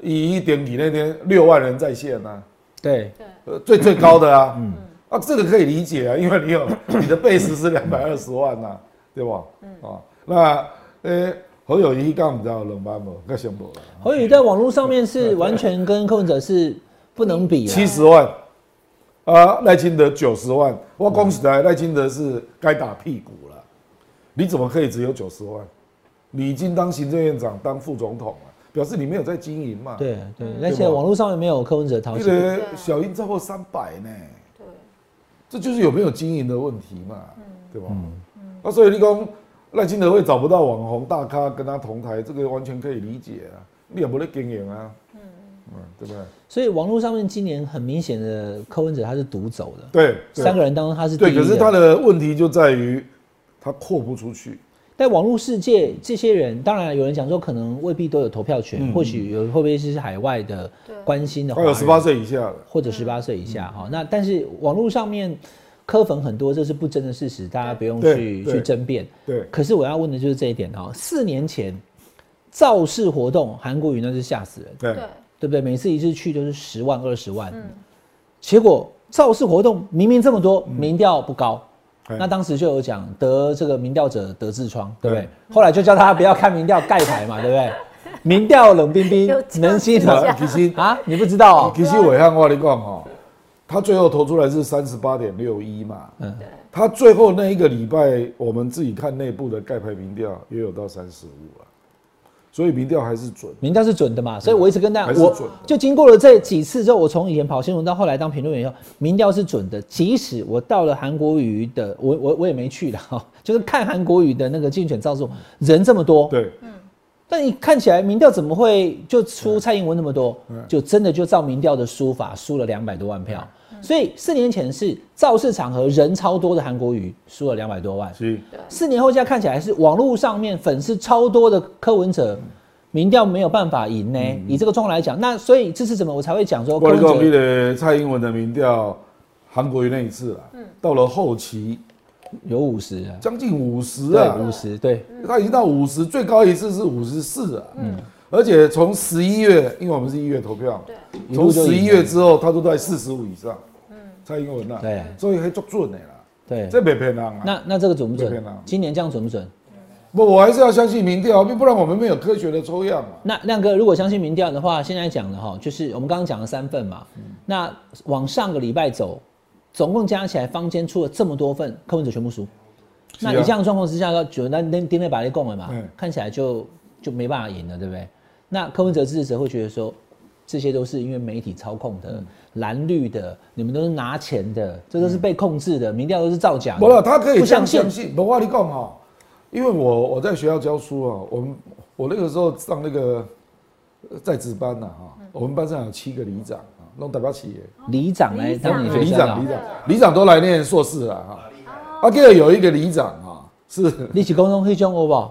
D: 以一点几那天六万人在线呐、
B: 对，
D: 呃，最最高的啊，嗯，啊，这个可以理解啊，因为你有你的 base 是两百二十万呐、对吧？啊，那呃，侯友谊刚比较冷班不，该想不了，
B: 侯友宜在网络上面是完全跟柯文哲是不能比
D: 七
B: 的，
D: 十万，啊，赖清德九十万，我恭喜他，赖清德是该打屁股了，你怎么可以只有九十万？你已经当行政院长、当副总统了，表示你没有在经营嘛？，
B: 对对，而且网络上面没有柯文哲讨
D: 那
B: 喜，
D: 个小英超过三百呢。
C: 对，
D: 这就是有没有经营的问题嘛，对吧？那所以你讲赖清德会找不到网红大咖跟他同台，这个完全可以理解啊，你也不会经营啊，嗯对不对？
B: 所以网络上面今年很明显的柯文哲他是独走的，
D: 对，对
B: 三个人当中他是第
D: 对，
B: 一
D: 可是他
B: 的。
D: 的问题就在于他扩不出去，
B: 在网络世界，这些人当然有人讲说可能未必都有投票权，或许有会不会是海外的关心的
D: 他
B: 华
D: 嗯有
B: 人，
D: 十八岁以下的，
B: 或者十八岁以下哈、那但是网络上面柯粉很多，这是不争的事实，大家不用
D: 对
B: 去
D: 对
B: 去争辩。
D: 对
B: 可是我要问的就是这一点哈、四年前造势活动，韩国瑜那是吓死人，
D: 对
C: 对，
B: 对不对？每次一次去都是十万、二十万，结果造势活动明明这么多，
D: 嗯
B: 民调不高。
D: 哎
B: 那当时就有讲得这个民调者得痔疮，对不对
D: 对？
B: 后来就叫他不要看民调盖牌嘛，对不对？民调冷冰冰
E: 有这，样
B: 能心
E: 子
B: 疼
E: 讲
D: 其实
B: 啊？你不知道哦？
D: 其实伟汉我跟你讲哦，他最后投出来是三十八点六一嘛，
B: 嗯
D: 他最后那一个礼拜，我们自己看内部的盖牌民调也有到三十五了，所以民调还是准。
B: 民调是准的嘛，所以我一直跟大
D: 啊还
B: 家，
D: 是
B: 我
D: 准的
B: 就经过了这几次之后，我从以前跑新闻到后来当评论员以后，民调是准的。即使我到了韩国瑜的，我我我也没去的哈， [LAUGHS] 就是看韩国瑜的那个竞选造势，人这么多，
D: 对，
B: 但你看起来民调怎么会就出蔡英文那么多？就真的就照民调的输法输了两百多万票，所以四年前是造势场合人超多的韩国瑜输了两百多万，
D: 是，
B: 四年后现在看起来是网络上面粉丝超多的柯文哲，民调没有办法赢呢、以这个状况来讲，那所以这是怎么我才会讲说柯
D: 嗯我
B: 文
D: 跟你
B: 哲
D: 的蔡英文的民调，韩国瑜那一次啊，到了后期
B: 有五十啊，
D: 将近五十
B: 对
D: 啊，
B: 五十对，
D: 他已经到五十，最高一次是五十四啊，而且从十一月，因为我们是一月投票，
B: 一
D: 从
B: 路就赢
D: 十
B: 了
D: 一月之后，他都在四十五以上，蔡英文啊，
B: 对
D: 所以还做准的啦，
B: 对，
D: 这没骗人啊。
B: 那那这个准不
D: 这
B: 准
D: 边啊？
B: 今年这样准不准？
D: 不，我还是要相信民调，不然我们没有科学的抽样嘛。
B: 那亮哥，如果相信民调的话，现在讲的哈，就是我们刚刚讲了三份嘛，
D: 嗯
B: 那往上个礼拜走，总共加起来坊间出了这么多份，柯文哲全部输。
D: 是啊
B: 那以这样的状况之下，要九那那丁内把力供了嘛
D: 嗯，
B: 看起来就就没办法赢了，对不对？那柯文哲支持者会觉得说，这些都是因为媒体操控
D: 嗯
B: 的、蓝绿的，你们都是拿钱的，这都是被控制的，民调都是造假的。
D: 不了，他可以
B: 嗯不
D: 这样
B: 相
D: 相
B: 信，
D: 信。不，我跟你讲哈，因为我我在学校教书啊，我们我那个时候上那个呃在职班呐、哈，我们班上有七个里长啊，弄代表企业。
B: 里长来当你学
D: 里
B: 生啊
D: 长，里长，里长都来念硕士了哈。啊，记得有一个里长啊，是
B: 你是讲讲迄种有无？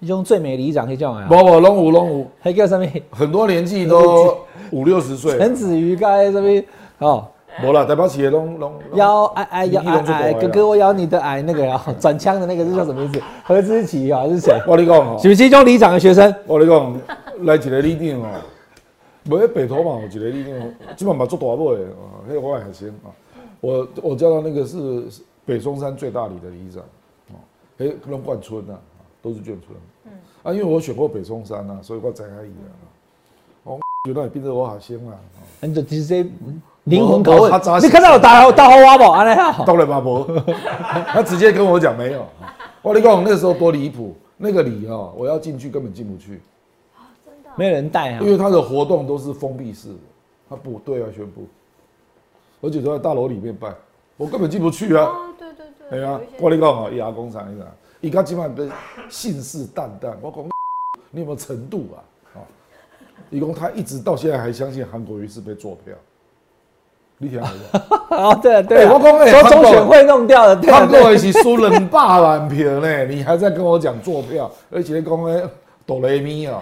B: 迄种最美里长迄种啊
D: 某？某龙武龙武，
B: 还叫什么？
D: 很多年
B: [LAUGHS]
D: 纪都五六十岁了。
B: 陈子瑜该什么？哦，
D: 没了，代表企业拢拢拢
B: 邀哎哎
D: 你
B: 邀
D: 你弄出
B: 哎哎，
D: 国外
B: 哥
D: 了
B: 哥我邀你的哎那个啊，转枪的那个是叫什么名字？何之奇啊是谁？
D: 我跟你讲哈
B: 是。不是中里长的学生？
D: 我跟你讲，来一个里长哦，无迄北投嘛有一个里长，即满嘛做大尾的哦，迄个我的学生啊，我我教到那个是北松山最大里的里长哦，迄拢冠村呐、啊，都是眷村，嗯，啊，因为我选过北松山呐、啊，所以我知影伊啊，哦， [LAUGHS] 原来变成我学生啦、啊，
B: 你就直接灵魂拷
D: 我我他扎
B: 问，
D: 实
B: 你看到有大大花花不？安尼啊，
D: 哦当然嘛无， [LAUGHS] 他直接跟我讲没有，我跟你讲那时候多离谱，那个里哦，我要进去根本进不去，
B: 没有人带啊
D: 因。为他的活动都是封闭式的，他不对外宣布，而且都在大楼里面办，我根本进不去啊。
C: 哦，对对对，
D: 哎呀
C: 有一，些
D: 我跟你讲哦，牙工厂，你知道，伊家基本上都信誓旦旦，我讲 [LAUGHS] 你有没有程度啊？哦，伊讲他一直到现在还相信韩国瑜是被做票，你听我
B: 哦，对啊对啊，
D: 哎我讲哎
B: 说中
D: 韩国
B: 选会弄掉了，对
D: 讲，
B: 啊
D: 韩
B: 对啊
D: 国瑜是输两百万票呢， [LAUGHS] 你还在跟我讲做票，而且讲哎哆来咪啊，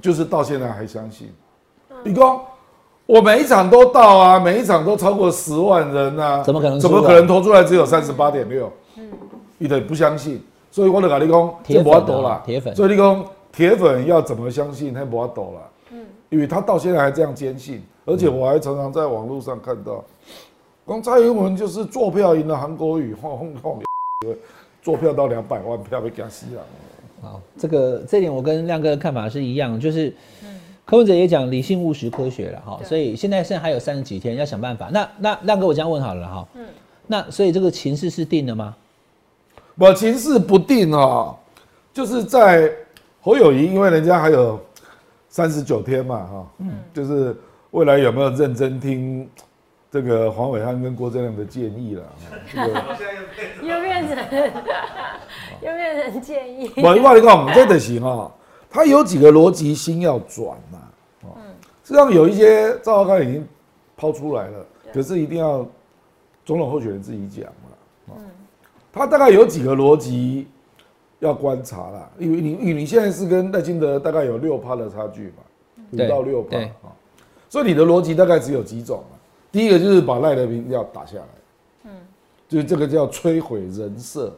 D: 就是到现在还相信。你讲我每一场都到啊，每一场都超过十万人啊，
B: 怎么可能
D: 怎么
B: 输啊
D: 可能投出来只有三十八点六？嗯，你得不相信，所以我就跟你讲，
B: 铁粉啊
D: 这没办法啦，
B: 铁粉
D: 所以你讲铁粉要怎么相信，他不要抖啦，嗯，因为他到现在还这样坚信，而且我还常常在网络上看到，光蔡英文就是坐票赢了韩国瑜，轰轰轰，坐票到两百万票被给他吸了。
B: 好，这个这点我跟亮哥的看法是一样，就是，柯文哲也讲理性务实科学了哈，
C: 对
B: 所以现在剩还有三十几天要想办法。那那亮哥，我这样问好了啦哈，那所以这个情势是定了吗？
D: 我情势不定啊、就是在侯友谊，因为人家还有三十九天嘛，哈、嗯，就是未来有没有认真听这个黄伟汉跟郭正亮的建议了？这个
C: 又变成又变成建议，
D: 我我跟你讲，这的行哦，他有几个逻辑心要转呐、哦，实际上有一些赵少康已经抛出来了，可是一定要总统候选人自己讲嘛。哦他大概有几个逻辑要观察啦，因为你因为你现在是跟赖清德大概有六趴的差距嘛，五
B: 嗯对
D: 到六趴
B: 对
D: 啊，所以你的逻辑大概只有几种嘛。第一个就是把赖的民调打下来，就是这个叫摧毁人设，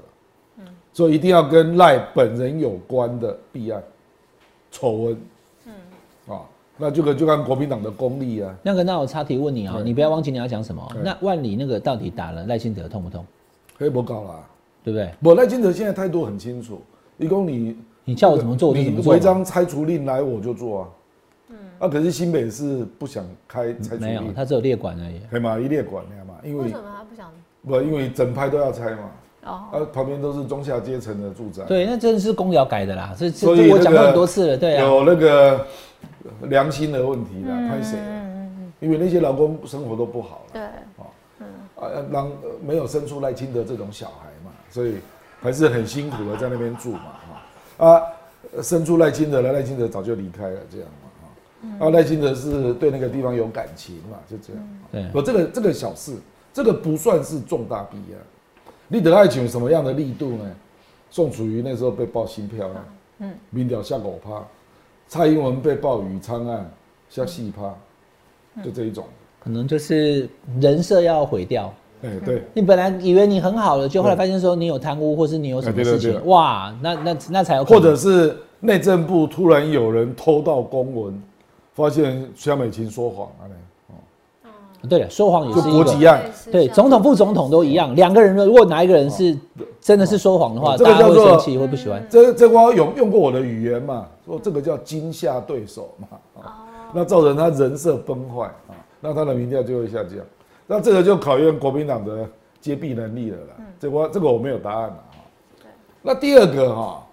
D: 所以一定要跟赖本人有关的弊案、丑闻，啊，那这个就看国民党的功力啊，
B: 亮哥，那我插题问你啊，
D: 对
B: 你不要忘记你要讲什么哦。
D: 对
B: 那万里那个到底打了赖清德痛不痛？
D: 黑不搞啦。
B: 对不对？
D: 我赖清德现在态度很清楚，一共你
B: 你叫我怎么做我就怎么
D: 你
B: 做嘛。
D: 违章拆除令来我就做啊，
C: 嗯
D: 啊，可是新北市不想开拆除
B: 没有，
D: 令，
B: 他只有列管而已。
D: 黑马一列管了嘛，
C: [LAUGHS]
D: 因
C: 为
D: 为
C: 什么他不想？
D: 不因为整排都要拆嘛，
C: 哦，
D: 啊，旁边都是中下阶层的住宅，
B: 对，那真的是公窑改的啦，这
D: 所以
B: 这我讲
D: 那
B: 过
D: 个
B: 很多次了，对啊，
D: 有那个良心的问题啦，
C: 嗯
D: 拍谁、啊因为那些老公生活都不好了，
C: 对，
D: 啊，让呃没有生出赖清德这种小孩嘛，所以还是很辛苦的在那边住嘛，哈啊，呃生出赖清德来，赖清德早就离开了，这样嘛，哈，啊，赖清德是对那个地方有感情嘛，就这样。
B: 对。
D: 我这个这个小事，这个不算是重大弊案。你得爱情什么样的力度呢？宋楚瑜那时候被爆新票案，嗯，民调下狗趴，蔡英文被爆雨昌案下细趴，就这一种。
B: 可能就是人设要毁掉。
D: 哎，对，
B: 你本来以为你很好了，就后来发现说你有贪污，或是你有什
D: 哎
B: 么
D: 对了
B: 事
D: 对了
B: 情，哇，那那那才有可
D: 或
B: 能。
D: 者是内政部突然有人偷到公文，发现肖美琴说谎啊，
B: 对了，说谎也
D: 就是啊
B: 一
D: 国
B: 个
D: 籍。案，
B: 对，总统副总统都一样，两个人如果哪一个人是真的是说谎的话，
D: 哦这个
B: 大家会
D: 叫做嗯
B: 生气，会不喜欢。
D: 这这我用用过我的语言嘛，说这个叫惊吓对手嘛，啊，那造成他人设崩坏啊，那他的民调就会下降，那这个就考验国民党的接弊能力了啦。这我这个我没有答案了啊。那第二个哈、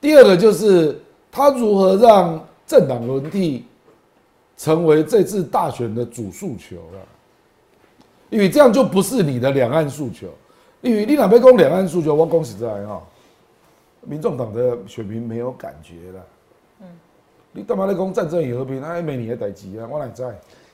D: 第二个就是他如何让政党轮替成为这次大选的主诉求了、因为这样就不是你的两岸诉求。因为你哪边讲两岸诉求，我讲实在哈、民众党的选民没有感觉了。你干嘛在讲战争与和平？那没你的代志啊，我哪在？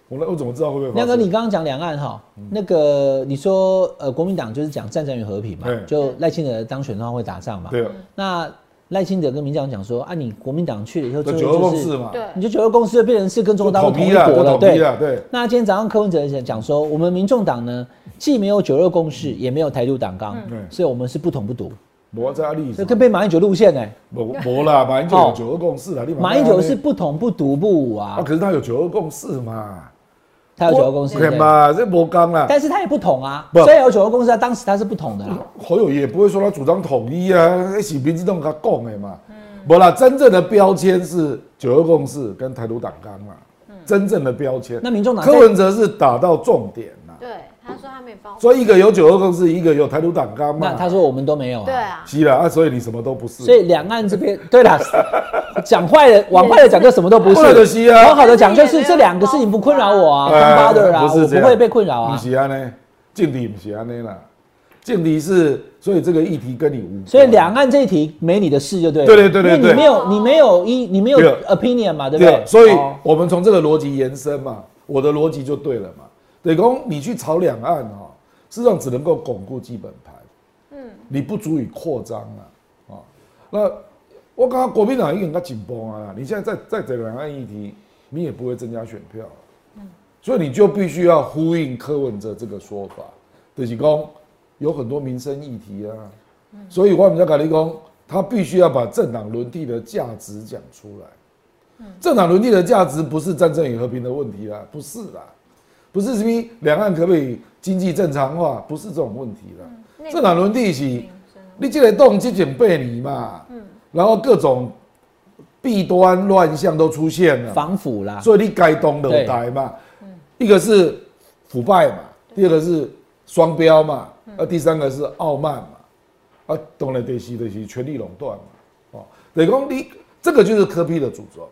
D: 我我怎么知道会不会发
B: 亮
D: 生？
B: 哥，你刚刚讲两岸哈，
D: 嗯
B: 那个你说呃，国民党就是讲战争与和平嘛
D: 对，
B: 就赖清德当选的话会打仗嘛。
D: 对啊，
B: 那赖清德跟民进党讲说啊，你国民党去了以后，
D: 这
B: 最
D: 九
B: 后
D: 二共
B: 就
D: 识
B: 是
D: 嘛，
C: 对
B: 你就九二共识就变成是跟中
D: 就
B: 国大陆
D: 统
B: 同
D: 一
B: 一
D: 了，
B: 国
D: 就
B: 了，
D: 统一
B: 对。
D: 了，对。
B: 那今天早上柯文哲讲讲说，我们民众党呢，既没有九二共识，也没有台独党纲，
D: 嗯
B: 所以我们是不统不独，
D: 我在立
B: 这跟被马英九路线呢、
D: 无无啦，马英九有
B: 哦
D: 九二共识啦，你
B: 马英九是不统不独不武
D: 啊，
B: 啊，
D: 可是他有九二共识嘛，
B: 他有九二共识，
D: 对
B: 对
D: 嘛，这无刚啦。
B: 但是他也不统啊，
D: 不
B: 虽然有九二共识，他当时他是不统的啦。
D: 侯友宜也不会说他主张统一啊，那是民进党他讲的嘛。无啦，真正的标签是九二共识跟台独党纲嘛，真正的标签。
B: 那民众党在
D: 柯文哲是打到重点啦，
C: 对，他说他没帮我，
D: 所以一个有九二共识，一个有台独党纲嘛。
B: 那他说我们都没有
C: 对
B: 啊，
C: 啊，
D: 是啦，啊，所以你什么都不是。
B: 所以两岸这边对啦，讲坏了，往坏了讲就什么都不。
D: 不然就是是啊
B: 往好的讲就是这两个事情不困扰我啊，
D: 哎
B: 不 bother 啊，
D: 不是
B: 我不
D: 这样
B: 会被困扰
D: 不
B: 啊。
D: 是安呢，劲敌不是安呢啦，劲敌是，所以这个议题跟你无关。
B: 所以两岸这一题没你的事就对了，
D: 对对对对
B: 因为
D: 对
B: 你没有你没有一你没有
D: 没有
B: opinion 嘛，对不
D: 对啊
B: 对？
D: 所以
B: 哦
D: 我们从这个逻辑延伸嘛，我的逻辑就对了嘛。等于说你去炒两岸哈、哦，事实上只能够巩固基本盘，嗯，你不足以扩张啊，啊、那我刚刚国民党已经很紧绷啊，你现在再再整两岸议题，你也不会增加选票、啊所以你就必须要呼应柯文哲这个说法，就是讲有很多民生议题啊，所以我们家凯利公他必须要把政党轮替的价值讲出来。政党轮替的价值不是战争与和平的问题啦，不是啦，不是什么两岸可不可以经济正常化，不是这种问题
C: 嗯
D: 啦。政党轮替是你这个动这件背离嘛，然后各种弊端乱象都出现了，
B: 防腐啦，
D: 所以你该动的台嘛，一个是腐败嘛，第二个是双标嘛，啊，第三个是傲慢嘛，啊，当然第四就是权力垄断嘛，哦，等于讲你这个就是科批的主张，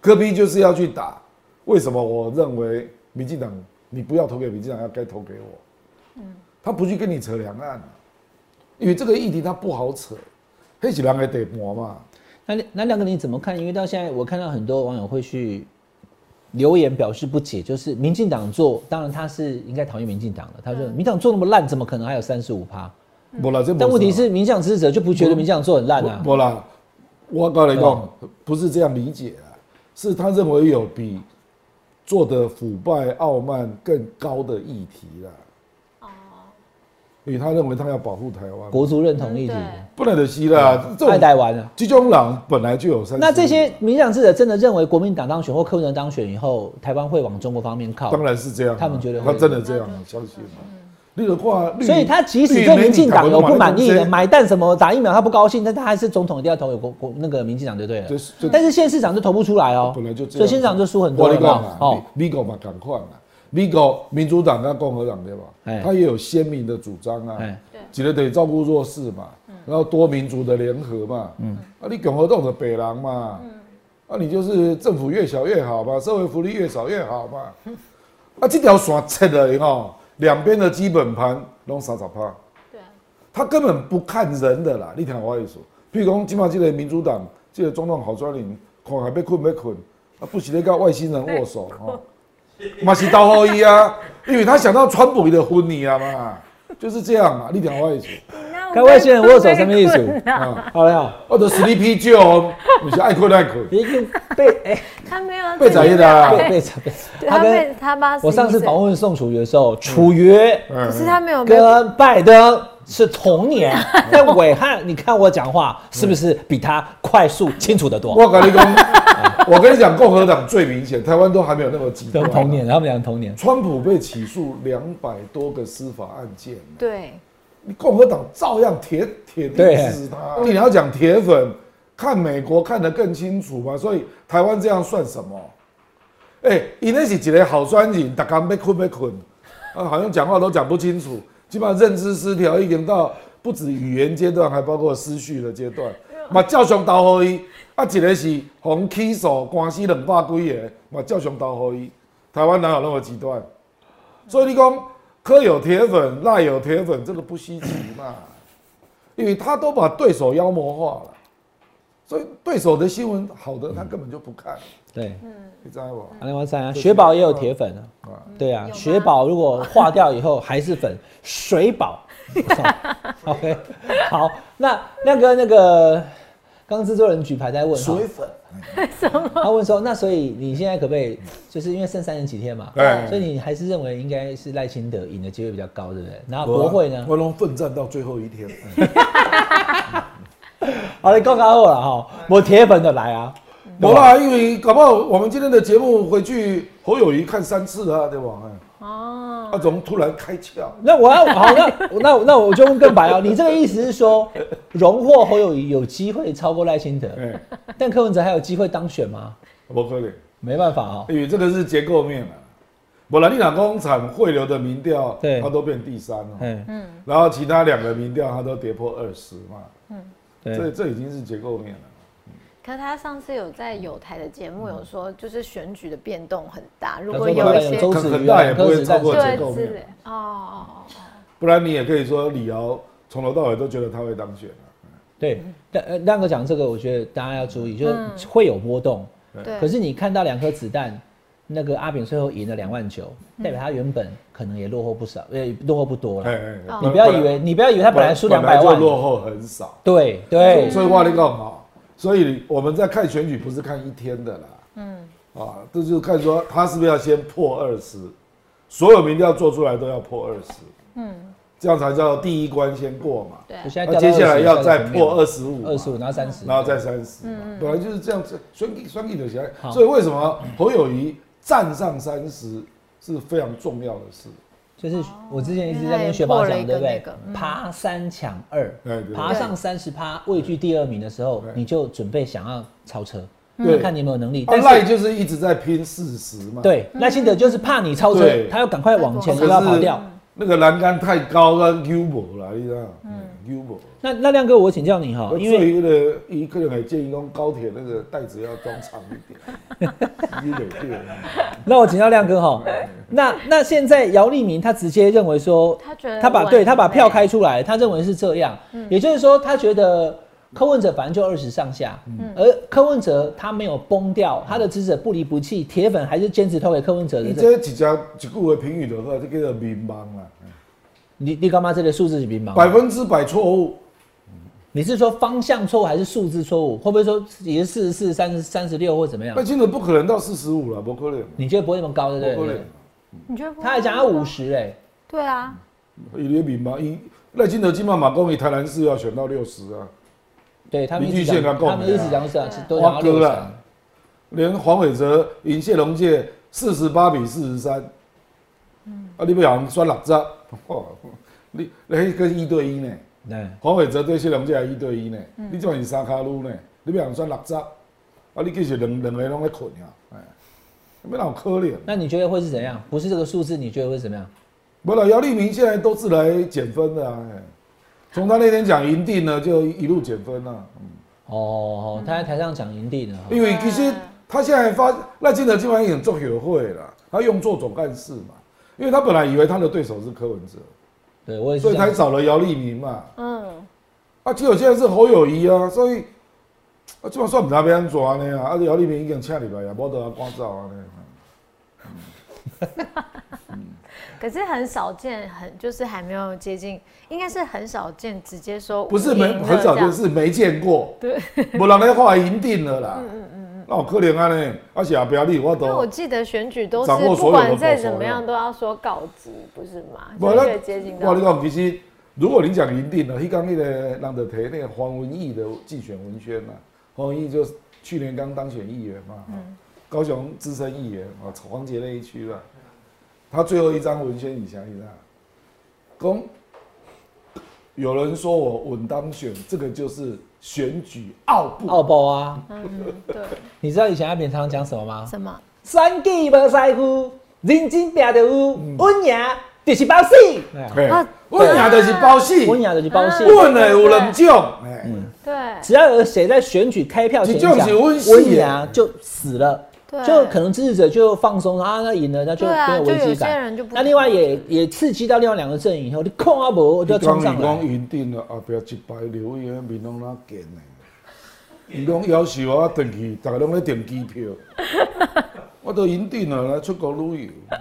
D: 科批就是要去打，为什么我认为民进党你不要投给民进党，要该投给我，他不去跟你扯两岸、因为这个议题他不好扯，黑起人的地盘嘛，
B: 那那亮哥你怎么看？因为到现在我看到很多网友会去留言表示不解，就是民进党做，当然他是应该讨厌民进党的，他说民进党做那么烂，怎么可能还有三十五趴？
D: 嗯不啦，这没
B: 但问题
D: 什么
B: 是，民进党支持者就不觉得民进党做很烂啊。哦
D: 不啦，我告诉你讲，不是这样理解啊，是他认为有比做的腐败、傲慢更高的议题啦。因为他认为他要保护台湾，
B: 国足认同议题，
C: 嗯
D: 不能的西啦，这
B: 爱
D: 种
B: 台湾啊。
D: 这种狼本来就有三。
B: 那这些民进党支持者真的认为国民党当选或柯文哲当选以后，台湾会往中国方面靠？
D: 当然是这样啊，
B: 他们觉得会
D: 他真的这样啊，相信吗？绿的话，啊绿
B: 所以他即使对民进党有不满意的，
D: 的，
B: 买蛋什么打疫苗他不高兴，但他还是总统一定要投给国国那个民进党就对了
D: 这。是这
B: 但是县市长就投不出来哦，
D: 本来就这样
B: 所以县市长就输很多
D: 我跟
B: 了
D: 你讲啊
B: 嘛。哦，，
D: 美美国嘛赶快啊，美国民主党跟共和党对吧
B: 哎？
D: 他也有鲜明的主张啊
B: 哎，
D: 几个得照顾弱势嘛，然后多民族的联合嘛，
B: 嗯
D: 啊，你共和党的北狼嘛，啊，你就是政府越小越好嘛，社会福利越少越好嘛，啊，这条线切了以后，两边的基本盘拢三十趴，
C: 对啊，
D: 他根本不看人的啦，你听我意思。譬如讲，今嘛这个民主党，这个总统候选人，看还被困被困，啊，不是咧跟外星人握手哦，嘛是倒好伊啊，因为他想到川普的婚礼啊嘛，就是这样嘛，你听我意思。
B: 开外星人握手什么意思？
D: 啊，
B: 好了哦，
D: 我的 sleepy Joe，你是爱困爱困，
B: 已经被哎
C: [LAUGHS] 他没有
D: 被宰一啦，
B: 被被被，
C: 他
B: 他
C: 被
B: 跟
C: 他八十一岁，
B: 我上次访问宋楚瑜的时候，楚瑜
D: 嗯
C: 可是他没有被
B: 跟拜登是同
D: [LAUGHS]
B: 年，但伟汉，你看我讲话是不是比他快速清楚的多？
D: 我跟你讲，我跟你讲，共和党最明显，台湾都还没有那么极
B: 都
D: 端。
B: 同年，他们俩同年。
D: 川普被起诉两百多个司法案件，
C: 对
D: 你共和党照样铁铁定
B: 对
D: 支持他。你要讲铁粉，看美国看得更清楚嘛，所以台湾这样算什么？哎、伊那是一个好酸人，大家要困要困，啊，好像讲话都讲不清楚，基本上认知失调已经到不止语言阶段，还包括思绪的阶段。嘛，照常投好伊，啊，一个是红起诉官司两百几个，嘛照常投好伊。台湾哪有那么极端？所以你讲柯有铁粉，赖有铁粉，这个不稀奇
B: [COUGHS]
D: 嘛，因为他都把对手妖魔化了，所以对手的新闻好的他根本就不看，
B: 对，
D: 你知道不？
B: 阿里万三啊，雪宝也有铁粉啊。对啊，雪宝如果化掉以后还是粉，水宝。OK，好，那亮哥那个刚制作人举牌在问哈，
D: 粉，
B: 他问说，那所以你现在可不可以，就是因为剩三十几天嘛，
D: 对
B: 所以你还是认为应该是赖清德赢的机会比较高，对不对？然后国会呢？
D: 我龙奋战到最后一
B: [LAUGHS]
D: 天，
B: 好，你告诉我了哈，我铁粉的来啊，
D: 没啦，因为搞不好我们今天的节目回去侯友谊看三次了啊，对吧？
C: 哦，
D: 他怎么突然开
B: [LAUGHS]
D: 窍？
B: 那我要好，那 [LAUGHS] 那那我就问更白哦，你这个意思是说，荣获侯友谊有机会超过赖清德，
D: 哎，
B: [LAUGHS] 但柯文哲还有机会当选吗？
D: 不可能。
B: 没办法哦，
D: 因为这个是结构面啊。本来你讲工厂汇流的民调，
B: 对
D: 它都变第三了、
B: 嗯，
D: 然后其他两个民调它都跌破二十嘛，这
B: 对，
D: 这已经是结构面了。
C: 可他上次有在有台的节目有说，就是选举的变动很大，
B: 嗯
C: 如
B: 他
C: 果
B: 说
C: 有
B: 本来
C: 一
B: 有
C: 些
B: 周子
D: 很
B: 瑜
D: 大
B: 啊、
D: 也不会
B: 柯子
D: 超
B: 淡
D: 过
B: 水
D: 结
C: 对
D: 构面
C: 之类哦哦哦哦，
D: 不然你也可以说李敖从头到尾都觉得他会当选啊。
B: 对，但呃亮哥讲这个，我觉得大家要注意，就是会有波动。
C: 对，
B: 可是你看到两颗子弹，那个阿扁最后赢了两万九，代表他原本可能也落后不少，也落后不多
D: 哎
B: 了。
D: 哎
C: 哦
B: 你不要以为，你不要以为他本来输两百万
D: 就，落后很少。
B: 对对，
D: 所以话你干嘛？所以我们在看选举不是看一天的啦，嗯，啊，这就是看说他是不是要先破二十，所有民调做出来都要破二十，嗯，这样才叫第一关先过嘛。
C: 对，
B: 就现在掉
D: 那
B: 到
D: 接下来
B: 20
D: 要再破
B: 20
D: 二十五，
B: 二十五，然后三十，嗯
D: 然后再三十，本来就是这样子，双击双击的起来。
B: 好
D: 所以为什么侯友谊站上三十是非常重要的事？
B: 就是我之前一直在跟雪宝讲，对不对？爬三抢二
D: 哎对对，
B: 爬上三十趴，位居第二名的时候
D: 对，
B: 你就准备想要超车，
D: 对
B: 看你有没有能力。
D: 啊，
B: 但
D: 赖
B: 是
D: 就是一直在拼四十嘛。，
B: 对赖清德就是怕你超车
D: 对，
B: 他要赶快往前，
D: 可
B: 不要跑
D: 是
B: 掉。
D: 那个栏杆太高了，U 不啦，你知道？嗯，U 不。
B: 那那亮哥，我请教你哈，哦因
D: 因
B: 为
D: 为那个一个人还建议用高铁那个袋子要装长一点， [LAUGHS] 一点点。
B: [LAUGHS] 那我请教亮哥
D: [LAUGHS]
B: 哈，那那现在姚立明他直接认为说，
C: 他觉得
B: 他把
C: 稳
B: 对他把
C: 对
B: 票开出来，他认为是这样，也就是说他觉得柯文哲反正就二十上下，而柯文哲他没有崩掉，他的支持者不离不弃，铁粉还是坚持投给柯文哲的
D: 你
B: 这。
D: 这几家一句的评语的话，就叫做迷茫啦，
B: 你你干嘛这个数字是迷茫？
D: 百分之百错误。
B: 你是说方向错误还是数字错误？会不会说也是四十四、三十三十六或怎么样
D: 那？真的不可能到四十五了，不可能，
B: 你觉得不会那么高，对
D: 不
B: 不
D: 可
B: 对
D: 能？。
C: 你觉得不
B: 他还讲他五十哎，
C: 对啊，
D: 伊咧民嘛，伊赖清德金马马公，伊台南市要选到六十啊，
B: 对他们一
D: 林
B: 直讲
D: 俊宪跟他，共
B: 他们一直
D: 鸣啊
B: 讲是啊，都讲
D: 我
B: 到
D: 哥啊
B: 六十。
D: 啦，连黄伟哲赢谢龙介四十八比四十三，啊，你不要选六十，哇，你你迄个一对一呢，
B: 对。
D: 黄伟哲对谢龙介还一对一呢，你这是三卡路呢，你不要选六十，啊，你继续两两个拢在困啊，哎，要哪有可能？
B: 那你觉得会是怎样？不是这个数字，你觉得会怎么样？
D: 不了，姚立明现在都是来减分的啊，哎从他那天讲赢定呢，就一路减分啊。
B: 哦，
C: 嗯
B: 他在台上讲营地哦呢。
D: 因为其实他现在发赖清德今晚也很做友会了，他用做总干事嘛，因为他本来以为他的对手是柯文哲，
B: 对，我也是
D: 所
B: 这
D: 以
B: 样
D: 才。找了姚立明嘛。
C: 嗯，
D: 啊，结果现在是侯友谊啊，所以啊，基本算不知道要安怎样呢啊，啊，姚立明已经请你来啊，无得啊关照啊呢。
C: 可是很少见，很就是还没有接近，应该是很少见，直接说
D: 不是
C: 我
D: 没
C: 赢了
D: 很少
C: 这样
D: 见，是没见过，
C: 对，
D: [LAUGHS] 无人咧话赢定了啦。嗯嗯嗯，那我可怜啊呢，而且啊，不要你我
C: 因为我
D: 都。
C: 记得选举都是
D: 掌握所有的
C: 不管再
D: 口头
C: 怎么
B: 啊
C: 样
D: 了
C: 都要说告急，不是吗？
D: 无
C: 就
D: 咱
C: 越接近
D: 我
C: 到
D: 跟你讲，其实如果你讲赢定了，迄刚那个人就提那个黄文义的竞选文宣嘛，黄文义就去年刚当选议员嘛，
C: 嗯
D: 高雄资深议员啊，黄杰那一区啦，他最后一张文宣你想一下，公有人说我稳当选，这个就是选举傲步。
B: 奥博啊，
C: 嗯，对，
B: 你知道以前阿扁常常讲什么吗？
C: 什么？
B: 三计无在乎，人精拼着有，
D: 嗯
B: 温雅就是包死。哎
D: 嘿
C: 啊
D: 我赢的是包戏，
B: 温雅就是嗯包戏。
D: 问的有人奖，哎
C: 对
B: 只要有谁在选举开票前讲
D: 这就是温室
B: 温雅就死了。
C: 对
B: 就可能支持者就放松啊，那赢了那就
C: 对啊
B: 没有危机
C: 就有些人
B: 感
C: 就。不
B: 那另外也也刺激到另外两个阵营以后，你控阿伯就要
D: 你
B: 冲
D: 讲
B: 上
D: 伊
B: 来
D: 讲。云顶了，后壁一排留伊个面拢哪啊见呢？伊讲夭寿啊，转去，逐个拢咧订机
B: [LAUGHS]
D: 票。我到云顶了，来出国旅游。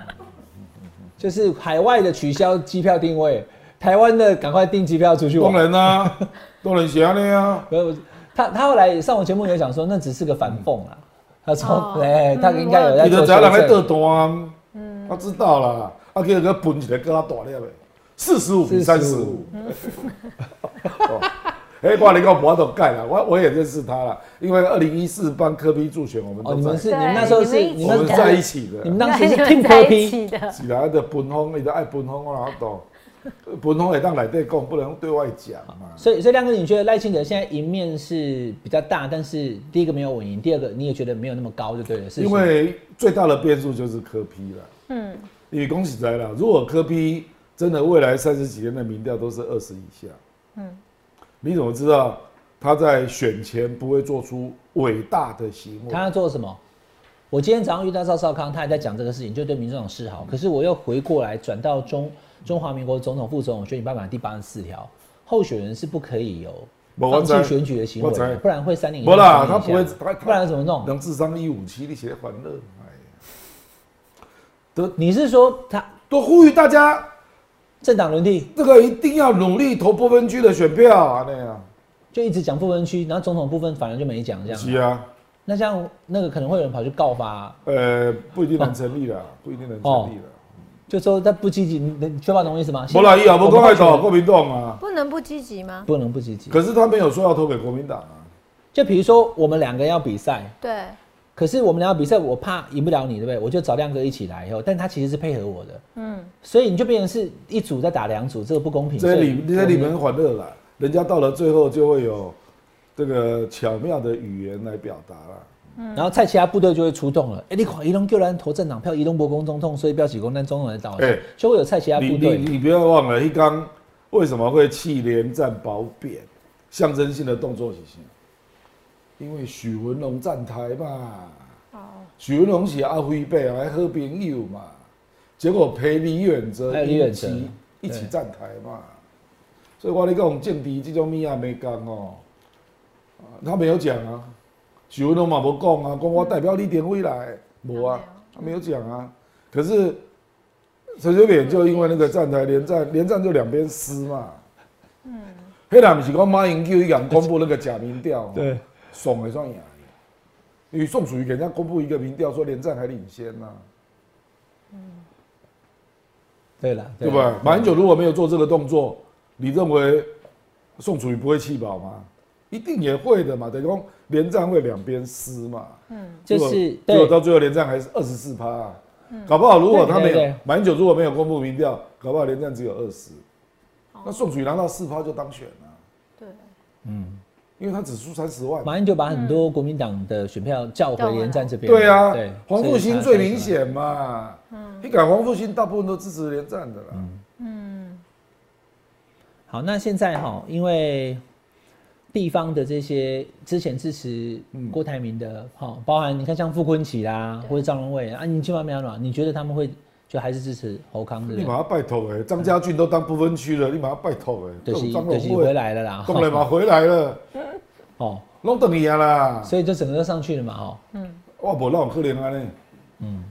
B: 就是海外的取消机票定位，台湾的赶快订机票出去
D: 当
B: 玩。
D: 然啦、
B: [LAUGHS]
D: 当然是安尼啊。
B: 没有，他他后来上我节目也讲说，那只是个反讽啦。他说，
C: 哦
B: 哎、他应该有在
D: 伊
B: 做嗯
D: 就知影人咧倒
B: 修正。
D: 单，我知道啦。啊，叫个分一个搁较大粒的，四十五比三十五。 [LAUGHS] 哦哎，我跟你讲，我都改了，我我也认识他了，因为二零一四帮科比助选，我们
B: 哦，
D: 都
B: 你
D: 在
B: 们是你
D: 一
C: 对
B: 们那时候是
C: 你
B: 你
D: 起我
B: 们
D: 们
B: 是
D: 在一，起的
B: 你。们当
C: [LAUGHS]
B: 时是
C: 对
B: Team
C: 在
B: p p
C: 一起的，
D: 是啦，就本风，伊就爱本风，我哪懂？本风会当内底讲，不能对外讲嘛。
B: 所以所以亮哥，你觉得赖清德现在赢面是比较大，但是第一个没有稳赢，第二个你也觉得没有那么高，就对了。是不是
D: 因为最大的变数就是科批了。
C: 嗯，
D: 因为恭喜在啦，如果科批真的未来三十几天的民调都是二十以下，嗯，你怎么知道他在选前不会做出伟大的行为
B: 他？要做什么？我今天早上遇到赵少康，他还在讲这个事情，就对民众党示好。可是我又回过来转到中中华民国总统、副总统选举办法第八十四条，候选人是不可以有
D: 我
B: 放弃
D: 知
B: 选举的行为
D: 我知
B: 的，不然会三零一。
D: 不啦，他不会，他
B: 不然怎么弄？
D: 能智商一五七，你写欢乐，哎呀，
B: 你是说他
D: 都呼吁大家
B: 政党轮替
D: 这个一定要努力投不分区的选票啊，那样。
B: 就一直讲不分区，然后总统部分反而就没讲这
D: 是
B: 样？
D: 啊。
B: 那这样那个可能会有人跑去告发、哦
D: 呃，不一定能成立啦，不一定能成立啦。
B: 就说他不积极，你你缺乏懂我意思吗？
D: 不啦，伊也无讲爱
B: 我
D: 投
B: 们
D: 国民党啊，
C: 不能不积极吗？
B: 不能不积极。
D: 可是他没有说要投给国民党啊。
B: 就比如说我们两个要比赛，
C: 对，
B: 可是我们两个比赛，我怕赢不了你，对不对？我就找亮哥一起来以后，但他其实是配合我的，
C: 嗯，
B: 所以你就变成是一组在打两组，这个不公平。
D: 这
B: 所以
D: 里这里面欢乐啦，人家到了最后就会有这个巧妙的语言来表达啦。
B: 然后蔡其他部队就会出动了。哎、你看移动救人投政党票，移动博公中痛，所以不要起攻，但中统人倒下，
D: 哎
B: 就会有蔡其他
D: 你
B: 部
D: 你
B: 队。
D: 你不要忘了，一刚为什么会弃连战保扁，象征性的动作是什么？因为许文龙站台嘛。许文龙是阿辉伯来好朋友嘛，结果陪李远哲
B: 还有李
D: 一
B: 远哲
D: 起一起
B: 对
D: 站台嘛。所以我跟你讲政敌这种物啊没讲哦，啊他没有讲啊，许文龙嘛无讲啊，讲我代表李典辉来，无啊，他没有讲啊。可是陈水扁就因为那个站台连战，连战就两边撕嘛。嗯，黑人不是讲马英九一样公布那个假民调、哦，
B: 对，
D: 爽也算赢的。因为宋楚瑜给人家公布一个民调说连战还领先呐、
B: 对了，
D: 对啊
B: 啦
D: 吧？马英九如果没有做这个动作，你认为宋楚瑜不会弃保吗？一定也会的嘛，等于说连战会两边撕嘛。
B: 就是
D: 结果
B: 对嗯
D: 到最后连战还是二十四趴，啊搞不好如果他没
B: 对对
D: 有
B: 对
D: 马英九如果没有公布民调，搞不好连战只有二十，那宋楚瑜拿到四趴就当选了，
C: 对，
D: 因为他只输三十万。
B: 马英九把很多国民党的选票叫回连战这边。
D: 对啊
B: 对，，
D: 黄复
B: 所以
D: 兴
B: 他
D: 最明。显嘛，你敢黄复兴大部分都支持连战的啦，
B: 嗯好，那现在哈，因为地方的这些之前支持郭台铭的，哈、包含你看像傅昆萁啦，或者张荣伟啊，你千万没有暖，你觉得他们会就还是支持侯康的？
D: 立马要拜托哎，张家俊都当不分区了，立马要拜托哎，
B: 对，
D: 这
B: 是
D: 种张
B: 对，是
D: 荣
B: 回
D: 惠，
B: 来了啦，
D: 当然嘛回来了，
B: [LAUGHS] 哦，
D: 拢等伊啊啦，
B: 所以就整个都上去了嘛，哦，
D: 我无那种可怜安尼，嗯，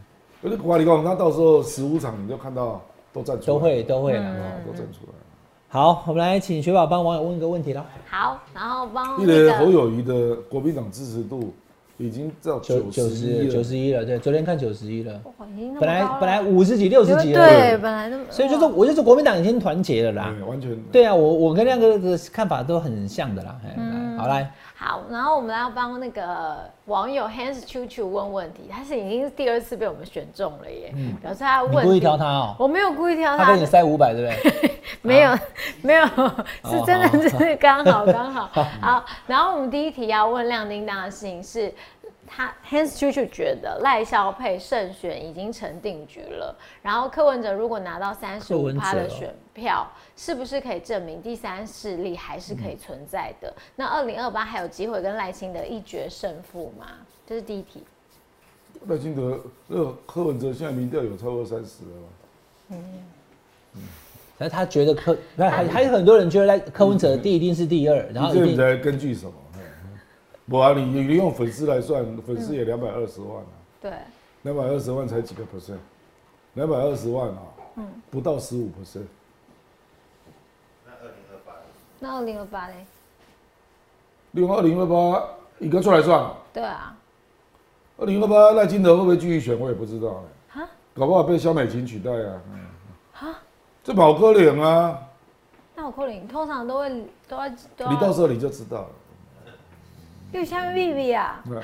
D: 可是我跟你讲，他到时候十五场你就看到都站出来，
B: 都会都会啦。
D: 啊，都站出来。
B: 好，我们来请雪宝帮网友问一个问题啦。
C: 好，然后帮
D: 因
C: 那
D: 为侯
C: 个
D: 友谊的国民党支持度已经到
B: 九
D: 九
B: 九
D: 十
B: 十
D: 一
B: 九
D: 了，
B: 十一了，对，昨天看九十一了，
C: 哇已经那么
B: 本来
C: 高了
B: 本来五十几六十几了，
C: 对，本来那么，
B: 所以就是我就是国民党已经团结了啦。
D: 对，完全
B: 对啊，我我跟亮哥的看法都很像的啦。哎
C: 嗯
B: 来好来，
C: 好，然后我们要帮那个网友 Hans Chu Chu 问问题，他是已经是第二次被我们选中了耶，表示他的
B: 嗯你
C: 问
B: 故意
C: 题
B: 挑他哦、
C: 我没有故意挑
B: 他
C: 他
B: 给你，塞五百，对 [LAUGHS] 不对？
C: 没有、 [LAUGHS] 没有，是真的就是刚好刚好。好，然后我们第一题要问亮叮当的事情是，他 Hans Chu Chu 觉得赖孝佩胜选已经成定局了，然后柯文哲如果拿到三十
B: 柯
C: 五
B: 文哲
C: 趴
B: 哦
C: 的选票，是不是可以证明第三势力还是可以存在的？那二零二八还有机会跟赖清德一决胜负吗？这是第一题。
D: 赖清德、呃柯文哲现在民调有超过三十了吗？
B: 但他觉得柯，不是还还有很多人觉得赖柯文哲的第一定是第二，然后
D: 你这
B: 一
D: 你
B: 定
D: 在根据什么？嘿不啊，你你用粉丝来算，粉丝也两百二十万啊，
C: 对，
D: 两百二十万才几个 percent，两百二十万啊，不到十五 percent，
C: 那二零二八嘞？
D: 利用二零二八一个出来算啊，
C: 对啊，
D: 二零二八赖清德会不会继续选，我也不知道哎、
C: 啊
D: 搞不好被萧美琴取代啊。嗯、这宝哥脸啊，
C: 那我扣零，通常都会都要都要。
D: 你到时候你就知道了。
C: 又像 Vivi 啊，
D: 嗯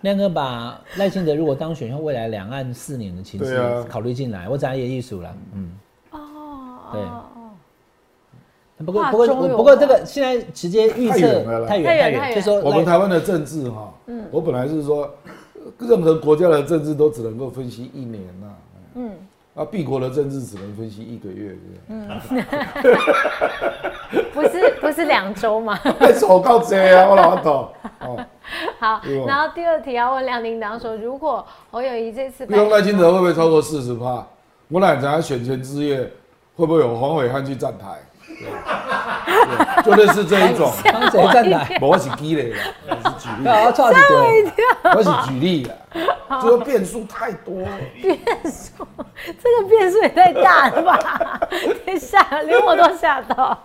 B: 亮哥把赖清德如果当选后未来两岸四年的情势
D: 对啊
B: 考虑进来，我展也艺术了，嗯。
C: 哦
B: 对
C: 哦
B: 不过
C: 哇
B: 不过
C: 中
B: 我
C: 有
B: 不过
C: 吗
B: 这个现在直接预
D: 太远了
B: 测
D: 啦
B: 太远太
C: 太远太
B: 远，
C: 远
B: 就说
D: 我们
B: 赖
D: 台湾的政治哈，我本来是说，呃任何国家的政治都只能够分析一年呐、嗯，啊，帝国的政治只能分析一个月， [LAUGHS] 嗯，
C: 不是不是两周嘛。 [LAUGHS]
D: 太丑告贼啊，我老懂哦。
C: 好
D: 哎，呦
C: 然后第二题要问亮叮当说，如果侯友谊这次
D: 不用赖清德会不会超过四十趴？我哪知道选前之夜会不会有黄伟汉去站台？ [LAUGHS] 对对就类似这一种，
B: 帮谁站
C: [LAUGHS]
D: [LAUGHS]
B: 台？ [LAUGHS]
D: 我是积累的，我是举例
B: 对
D: [LAUGHS]
B: 啊，差几点？
D: 我是举例 [LAUGHS] 的，就说变数太多了。
C: 这个变数 [LAUGHS] 也太大了吧？天下，连我都吓到。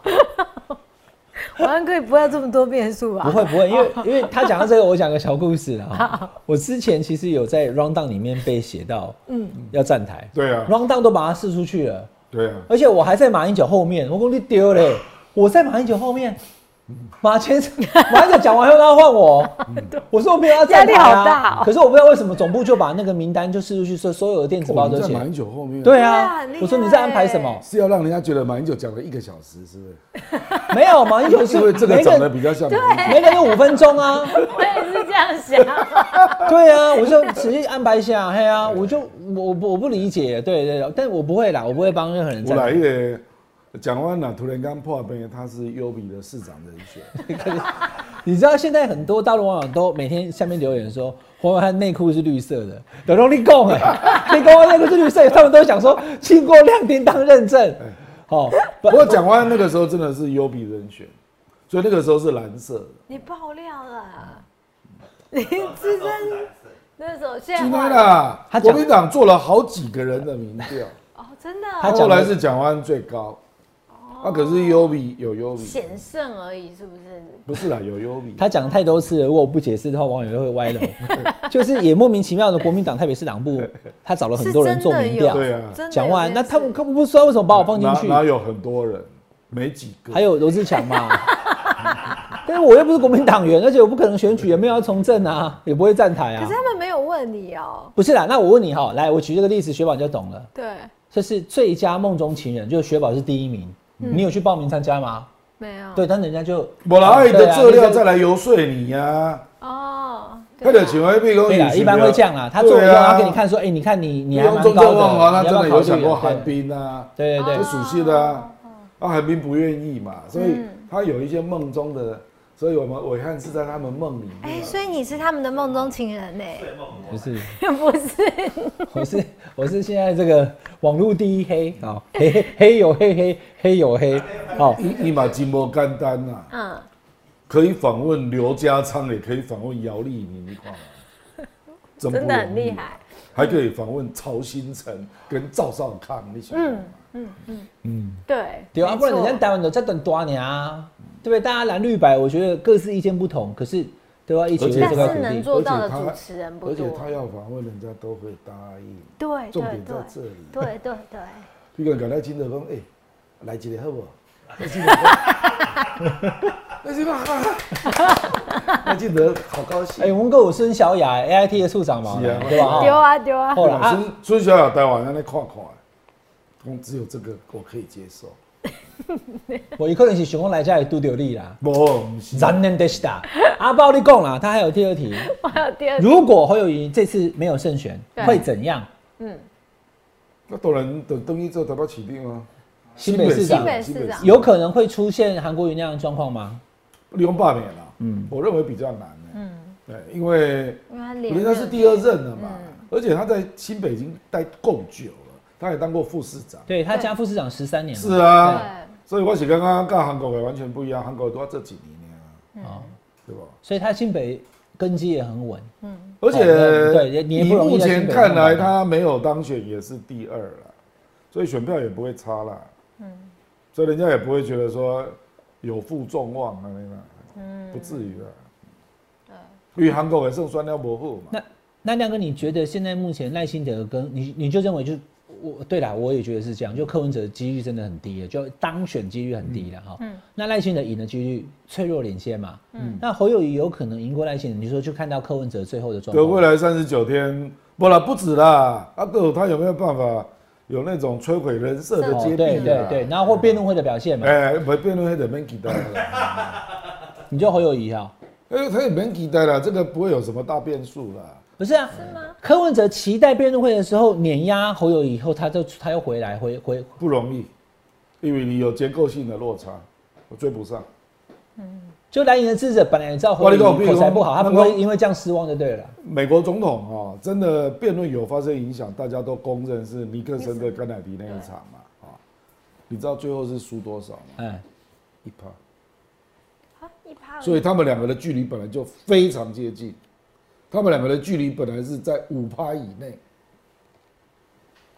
F: 晚安可以不要这么多变数吧？
B: 不会不会，因为因为他讲到这个，我讲个小故事啊。我之前其实有在 round down 里面被写到，嗯，要站台。
D: 对啊
B: ，round down 都把它试出去了，
D: 对啊，
B: 而且我还在马英九后面，我说你丢嘞，我在马英九后面。马先生，马英九讲完后他换我， [LAUGHS] 我说我没有要站台
F: 嗯压力好大
B: 啊
F: 哦。
B: 可是我不知道为什么总部就把那个名单就试出去，说所有的电子报
D: 我
B: 都
D: 哦们在
B: 写。
D: 马英九后面，
B: 对
F: 对啊
B: 啊
F: 很厉，害
B: 我说你在安排什么？
D: 是要让人家觉得马英九讲了一个小时，是不是？
B: 没有，马英九是
D: [LAUGHS] 因为这个
B: 每
D: 长得比较像马英九。
B: 每个人五分钟啊。
E: 我也是这样想。
D: [LAUGHS]
B: 对啊，我就仔细安排一下，嘿啊，我就我我我不理解，对对对，但我不会啦，我不会帮任何人
D: 我来
B: 站。
D: 一个蒋万呐，突然刚破冰，他是优比的市长人 [LAUGHS] 选，
B: 你知道现在很多大陆网友都每天下面留言说黄伟汉内裤是绿色的， [LAUGHS] 有容力供哎，你跟我内裤是绿色，他们都想说经过亮叮当认
F: 哎
B: 证，哦，不
D: 不过蒋万安那个时候真的是优比人选，所以那个时候是蓝色的。
C: 你爆料
D: [LAUGHS]
C: 了，
F: 资深
C: 那种现在
D: 今
C: 换
D: 天
C: 了
D: 啦
B: 他，
D: 国
B: 讲
D: 民党做了好几个人的民调，
C: 哦，真的
B: 他
C: 哦
B: 讲
D: 后来是蒋万安最高，啊，可是优比有优比，
C: 险胜而已，是不是？
D: 不是啦，有优比。
B: 他讲太多次了，如果我不解释的话，网友又会歪
F: [LAUGHS]
B: 楼。就是也莫名其妙的，国民党台北市党部他找了很多人做民调，
D: 对啊
F: 真的
B: 蒋万安，
F: 有
B: 那
F: 这
B: 他们根本不知道为什么把我放进去。
D: 哪哪有很多人，没几个。
B: 还有罗志强嘛。 [LAUGHS] 但是我又不是国民党员，而且我不可能选举，也没有要从政啊，也不会站台
C: 可
B: 啊
C: 是。他们没有问你哦，
B: 不是啦，那我问你哈，来，我举这个例子，雪宝你就懂了。
C: 对，
B: 这是最佳梦中情人，就是雪宝是第一名，
C: 嗯
B: 你有去报名参加吗？
C: 没有，
B: 对，但人家就
D: 我拿你的资
B: 对啊
D: 料再来游说你呀、啊，
C: 哦，
D: 他
C: 对
D: 的
C: 啊
D: 请回避公
B: 对啦，一般会这样啦。他做一
D: 对
B: 个，
D: 啊
B: 他给你看说，哎，你看你你还蛮
D: 中
B: 高
D: 正
B: 的，
D: 万华，他
B: 你
D: 真
B: 要
D: 的
B: 不要考
D: 有
B: 虑
D: 想过
B: 啊
D: 韩冰啊，
B: 对对对对，
D: 这
C: 哦
D: 属性的啊，啊韩冰不愿意嘛，
C: 嗯
D: 所以他有一些梦中的，所以我们伟汉是在他们梦里
C: 哎，
D: 面啊。
C: 所以你是他们的梦中情人呢？
B: 不是，
C: [LAUGHS] 不是，
B: 我是 [LAUGHS] 我是现在这个网络第一黑
C: [LAUGHS]
B: 啊，黑黑黑有黑黑黑有黑，好，
D: 你你嘛金波干单呐、啊，
C: 嗯，
D: 可以访问刘家昌，也可以访问姚丽明，你看啊，
C: [LAUGHS]
D: 真不
C: 真的很
D: 容易啊
C: 厉害，
D: 还可以访问曹新成跟赵少康，你想嗯，
C: 对，
B: 对啊，
C: 没
B: 不然人
C: 错
B: 家台湾都在等多年啊，对不对？大家蓝绿白，我觉得各自意见不同，可是都要一起为
D: 而且
B: 这
C: 但
B: 块
C: 是
B: 土
C: 能
B: 地。
C: 做到的主持人不
D: 而且
C: 多
D: 他，要访问人家都会答应，
C: 对
D: 重
C: 对
D: 点在
C: 对，
D: 这里。
C: 对对对，
D: 你个人搞来金德讲，哎、来一个好不好？来金德讲，来金德，来金德好高兴。
B: 哎，我们跟我孙小雅 AIT 的处长嘛
D: 是啊，哦
B: 对吧？
C: 丢
B: 哈
C: 啊丢啊，
B: 后来啊
D: 孙孙小雅台湾人来看看，讲只有这个我可以接受。
B: 我一个人是想讲来家里拄着你啦，
D: 不，不是，
B: 残念的是啦。阿豹你讲啦，他还有第二
C: [LAUGHS]
B: 题，
C: 我有第二，
B: 如果侯友谊这次没有胜选，
C: 对
B: 会怎样？
D: 那当然等登一之后台北起定啊，
B: 新北市
C: 新
B: 长
C: 北市长
B: 有可能会出现韩国瑜那样的状况吗？
D: 利用罢免了。嗯，我认为比较难、欸。嗯，对，因为
C: 因为他
D: 人
C: 连嗯
D: 家是第二任了嘛，而且他在新北已经待够久了，他也当过副市长。
B: 对他加副市长十三年了，
D: 是啊，
C: 对
D: 所以我是刚刚跟韩国的完全不一样，韩国都要这几年呢、
B: 哦
C: 嗯
D: 对吧？
B: 所以他新北根基也很稳。
D: 而
B: 哦对
D: 且
B: 对你也
D: 以
B: 不容易
D: 目
B: 在新
D: 前
B: 北
D: 看来，
B: 碰到
D: 他没有当选也是第二了，所以选票也不会差啦。
C: 嗯
D: 所以人家也不会觉得说有负众望啊，那样，
C: 嗯
D: 不至于啊。因为韩国的胜算了不好嘛，
B: 那那亮哥，你觉得现在目前赖清德跟你，你就认为就是我对啦，我也觉得是这样，就柯文哲的几率真的很低了，就当选几率很低了哈。那赖清德赢的几率脆弱领先嘛。嗯。那侯友谊有可能赢过赖清德，你说就看到柯文哲最后的状
D: 对，
B: 况。
D: 未来三十九天，不啦，不止啦，阿狗他有没有办法有那种摧毁人设的
B: 哦
D: 接
B: 对
D: 地啊？
B: 对对，然后或辩论会的表现嘛，
D: 哎，不辩论还得免期待啦，
B: 你就侯友谊哈，
D: 哎，他也免期待啦，这个不会有什么大变数啦。
B: 不是啊？是吗？柯文哲期待辩论会的时候碾压侯友谊以后，他就他又回来回回
D: 不容易，因为你有结构性的落差，我追不上。
B: 就蓝营的智者本来也知道侯
D: 我跟你
B: 友
D: 讲
B: 谊口才不好，
D: 我
B: 他
D: 跟
B: 不
D: 你讲
B: 会因为这样失望就对了。
D: 美国总统啊、哦，真的辩论有发生影响，大家都公认是尼克森对甘乃迪那一场嘛啊、你知道最后是输多少吗？
B: 嗯。
D: 一趴，
C: 啊一趴而已，
D: 所以他们两个的距离本来就非常接近，他们两个的距离本来是在五趴以内，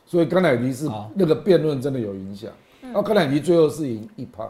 D: 所以甘乃迪是
B: 好
D: 嗯那个辩论真的有影响。那甘乃迪最后是赢一趴，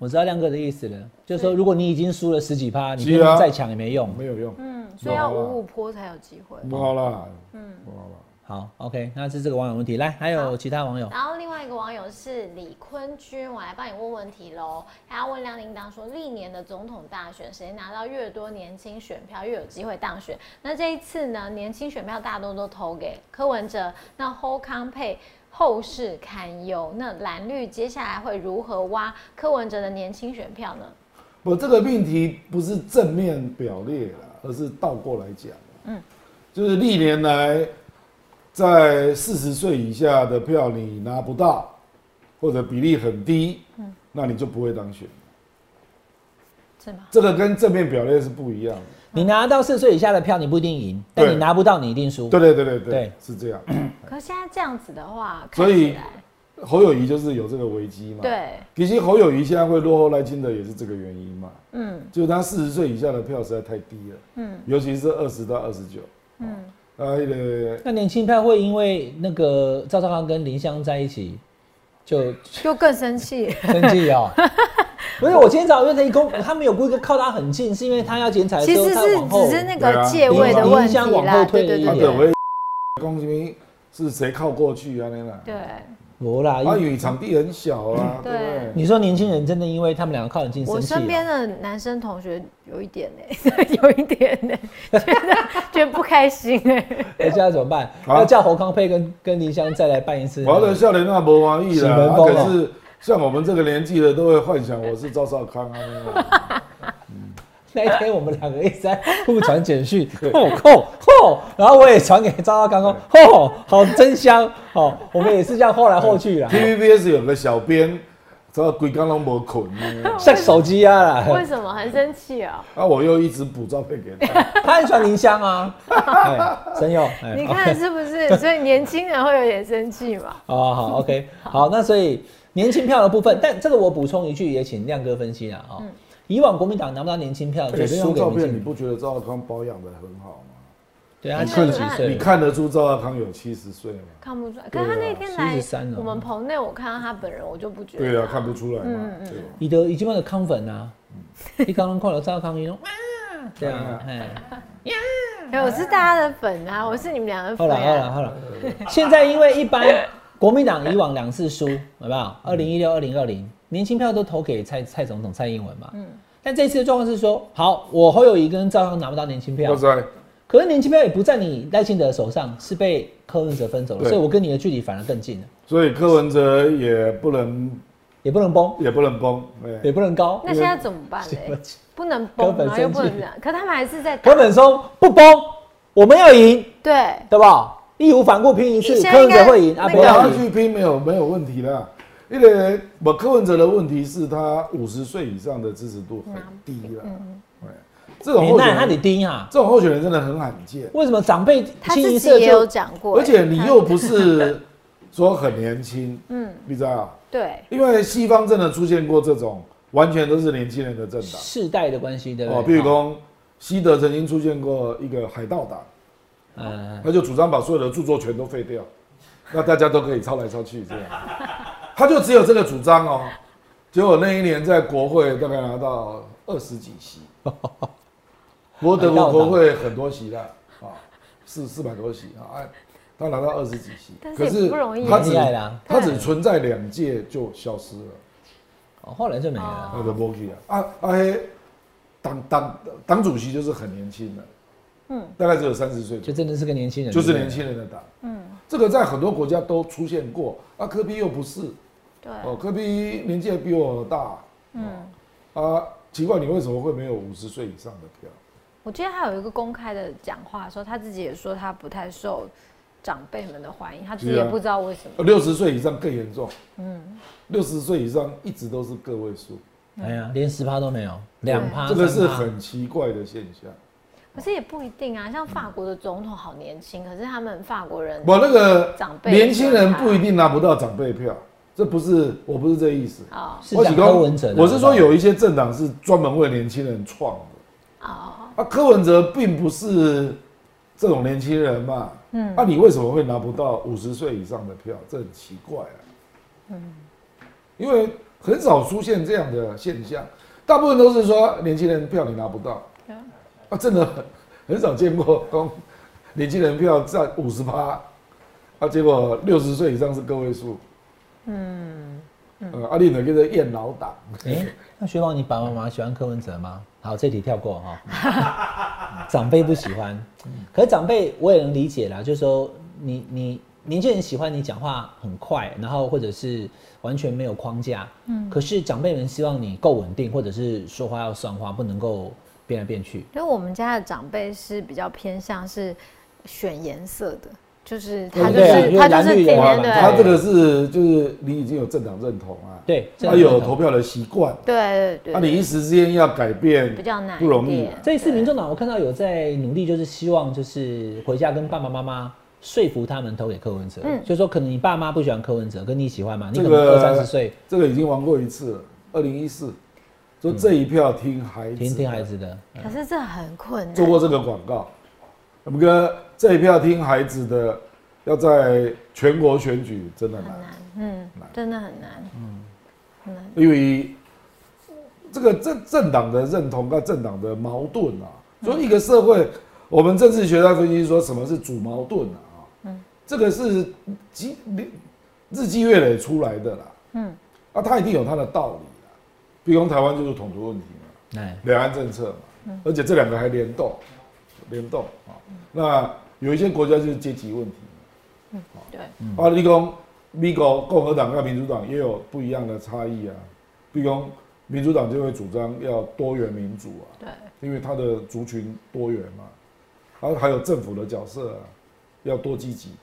B: 我知道亮哥的意思了，就是说如果你已经输了十几趴，你
D: 是啊
B: 拼命再抢也没用。
D: 没有用，
C: 嗯，所以要五五坡才有机会。
D: 不好啦，嗯，不好啦。
B: 好，OK，那是这个网友问题。来，还有其他网友，
C: 然后另外一个网友是李坤君，我来帮你问问题喽。他问亮叮当说，历年的总统大选，谁拿到越多年轻选票，越有机会当选？那这一次呢，年轻选票大多都投给柯文哲，那侯康佩。后事堪忧，那蓝绿接下来会如何挖柯文哲的年轻选票呢？
D: 我这个命题不是正面表列啦，而是倒过来讲。嗯，就是历年来，在四十岁以下的票你拿不到，或者比例很低，嗯，那你就不会当选。
C: 是吗？
D: 这个跟正面表列是不一样的。
B: 你拿到四岁以下的票，你不一定赢，但
D: 对
B: 你拿不到，你一定输。
D: 对对对对对，
B: 对
D: 是这样。
C: 可是现在这样子的话，
D: 所
C: 看
D: 以
C: 起来
D: 侯友谊就是有这个危机嘛。。
C: 对，
D: 其实侯友谊现在会落后赖清德也是这个原因嘛，
C: 嗯，
D: 就是他四十岁以下的票实在太低了，嗯，尤其是二十到二十九，嗯，啊，那个
B: 那年轻票会因为那个赵少康跟林湘在一起，就
F: 就更生气。
B: 生气
F: [LAUGHS]
B: 哦。不是，我今天早上在公，他们有故意靠他很近，是因为他要剪彩的
F: 其
B: 时候，
F: 实
B: 他
F: 是
B: 往后
F: 只是那
D: 对
F: 个
D: 啊
F: 借位的问题
B: 影响往
F: 啦，
B: 后退
F: 对
B: 了
F: 对
B: 一点
D: 他
F: 对
D: 的
F: 对。
D: 为啊公民是谁靠过去啊？那啦，
C: 对，
B: 不啦，
D: 啊，因为场地很小啊，对
C: 对
D: 不对？
B: 你说年轻人真的因为他们两个靠很近
C: 我
B: 生气、
C: 身边
B: 哦？
C: 的男生同学有一点呢、
F: 欸 [LAUGHS] 有一点呢，觉得觉得不开心
B: [LAUGHS]
F: 哎。
B: 那现在怎么办？
D: 啊
B: 要叫侯康佩跟跟林湘再来办一次？
D: 我的笑脸那不欢喜啦，
B: 喜门
D: 啊
B: 风哦
D: 可是像我们这个年纪的都会幻想我是赵少康啊，那个
B: [LAUGHS] 那一天我们两个一直在互传简
D: [LAUGHS]
B: 讯，吼吼吼，然后我也传给赵少康说，吼，好真香，哦，我们也是这样后来后去啦，
D: TVBS 有个小编，这鬼刚拢无困
B: [LAUGHS]
D: 呢，
B: 像手机啊啦
C: 为，什么很生气哦？
D: 啊，我又一直补照片给他。
B: [LAUGHS] [LAUGHS] 他很喜欢林湘
D: [LAUGHS]
B: 啊，哎，神勇，哎
F: 你看是不是？所以年轻人会有点生气嘛？
B: 哦，好，OK，好，那所以年轻票的部分，但这个我补充一句，也请亮哥分析啦，
F: 嗯
B: 哦，以往国民党拿不到年轻票
D: 欸
B: 就
D: 那
B: 输
D: 张
B: 给
D: 照
B: 民
D: 片你
B: 进党，
D: 不觉得赵少康保养的很好吗？
B: 对啊，他
C: 你
B: 七十
C: 看
B: 几岁
D: 你
B: 了，
D: 看得出赵少康有七十岁吗？
C: [LAUGHS] 看不出
B: 啊
C: 来，可是他那天来
B: 73了哦
C: 我们棚内，我看到他本人，我就不觉得。
D: 对啊，看不出来
B: 嗯
D: 嘛，对吧？
B: 伊都伊即摆就亢奋啊，
D: 嗯
B: 伊刚刚看到赵康伊讲，哇对啊，哎。
C: 哎我是大家的粉啊，我是你们两个
B: 好
C: 粉
B: 了好
C: 啊。
B: 了好了，现在因为一般国民党以往两次输，好不
C: 嗯
B: 好？二零一六、二零二零，年轻票都投给蔡蔡总统蔡英文嘛。嗯。但这次的状况是说，好，我侯友谊跟赵康拿不到年轻票
D: 哇，塞，
B: 可是年轻票也不在你赖清德手上，是被柯文哲分走了，
D: 对
B: 所以我跟你的距离反而更近了，
D: 所以柯文哲也不能
B: 也不能崩，
D: 也不能崩，哎
B: 也不能高，
C: 那现在怎么办呢？不能
B: 根
C: 崩
B: 本
C: 啊，又不
B: 生
C: 能
B: 气
C: 这样。可他们还是在
B: [LAUGHS]
C: 打
B: 柯本松不崩，我们要赢，
C: 对，
B: 对吧？义无反顾拼一次，
C: 现
B: 柯
C: 在
B: 文哲
C: 应该
B: 会赢啊！
C: 那
B: 不
D: 我
B: 要
D: 要
B: 赢，
D: 去拼没有没有问题啦。因为我柯文哲的问题是他五十岁以上的支持度很低
B: 嗯
D: 啦，哎这种
B: 你
D: 候选
B: 那他得
D: 人，
B: 盯啊！
D: 这种候选人真的很罕见，
B: 为什么长辈
C: 他
B: 清一
C: 自己
B: 色
C: 也
B: 就
C: 有讲过，
D: 而且你又不是说很年轻，嗯，你知道。
C: 对
D: 因为西方真的出现过这种完全都是年轻人的政党
B: 世代的关系，对不对？
D: 哦，比如说西德曾经出现过一个海盗党，
B: 嗯，
D: 他就主张把所有的著作权都废掉，那大家都可以抄来抄去这样，他就只有这个主张哦。结果那一年在国会大概拿到二十几席，不过德国国会很多席啦，啊，四四百多席啊，哎他拿到二十几席
C: 但，是
D: 可
C: 也
D: 是
C: 不容易
D: 他
B: 很
D: 只
B: 厉害啦。
D: 他只存在两届就消失了。
B: 哦，后来就没了。
D: 那就无去啊。啊啊，迄党党党主席就是很年轻的，嗯，大概只有三十岁左
B: 就
D: 右，
B: 真的是个年轻人，
D: 就
B: 对
D: 是
B: 不对
D: 年轻人的党，嗯，这个在很多国家都出现过。啊，科比又不是，
C: 对，啊
D: 哦，科比年纪还比我大，嗯，啊，奇怪，你为什么会没有五十岁以上的票？
C: 我记得他有一个公开的讲话的时候，他自己也说他不太受长辈们的欢迎，他自己
D: 是
C: 也
D: 啊
C: 不知道为什么。
D: 六十岁以上更严重，嗯，六十岁以上一直都是个位数，
B: 哎呀，连十趴都没有，两趴，
D: 这个是
B: 三趴
D: 很奇怪的现
B: 啊
D: 象。
C: 可是也不一定啊，像法国的总统好年轻，可是他们法国人
D: 我那个
C: 长辈啊
D: 年轻人不一定拿不到长辈票，这不是我不是这意思。
C: 啊
B: 是讲柯文哲的，
D: 我是说有
B: 一
D: 一些政党是专门为年轻人创
B: 哦
D: 的，
C: 啊，
D: 啊，柯文哲并不是这种年轻人嘛，嗯，那、你为什么会拿不到五十岁以上的票？这很奇怪啊，嗯，因为很少出现这样的现象，大部分都是说年轻人票你拿不到，啊，真的很很少见过公年轻人票占五十趴，啊，结果六十岁以上是个位数，嗯，呃，阿丽呢跟着验老党，
B: 哎、那学宝，你爸爸妈妈喜欢柯文哲吗？好，这题跳过哈、
D: [LAUGHS]
B: 长辈不喜欢，可是长辈我也能理解啦，就是说你你年轻人喜欢你讲话很快，然后或者是完全没有框架，嗯，可是长辈们希望你够稳定，或者是说话要算话，不能够变来变去。
F: 因为我们家的长辈是比较偏向是选颜色的，就是
D: 对
F: 他就
D: 对啊
F: 是
B: 因为
F: 他就
B: 蓝
F: 是
B: 绿
F: 今
B: 也
F: 天
B: 蛮
F: 对
B: 蓝
D: 他这个是就是你已经有政党认同啊，
B: 对，
D: 他有投票的习惯，
F: 对对
D: 那
F: 对
D: 你一时之间要改变
F: 比较难一点
D: 不容易啊。
B: 这一次民众党我看到有在努力，就是希望就是回家跟爸爸妈妈说服他们投给柯文哲，就说可能你爸妈不喜欢柯文哲，跟你喜欢嘛，你
D: 这
B: 可能二
D: 个
B: 三十岁
D: 这个已经玩过一次了，二零一四，说这一票听孩子，
B: 听听孩，子的，
F: 对可是这很困
D: 做
F: 难。
D: 过这个广告，我们跟这一票听孩子的，要在全国选举真的难，
F: 嗯，真的很难。
D: 因为这个政政党的认同跟政党的矛盾啊，所以一个社会，我们政治学家分析说什么是主矛盾啊，这个是积日积月累出来的啦，嗯，啊，它一定有它的道理啦，比如说台湾就是统独问题嘛。
B: 哎，
D: 两岸政策嘛，而且这两个还联动，联动啊。那有一些国家就是阶级问题，
C: 对，
D: 啊，你讲美国共和党跟民主党也有不一样的差异啊。比如讲民主党就会主张要多元民主啊，
C: 对，
D: 因为它的族群多元嘛，然后还有政府的角色啊，要多积极，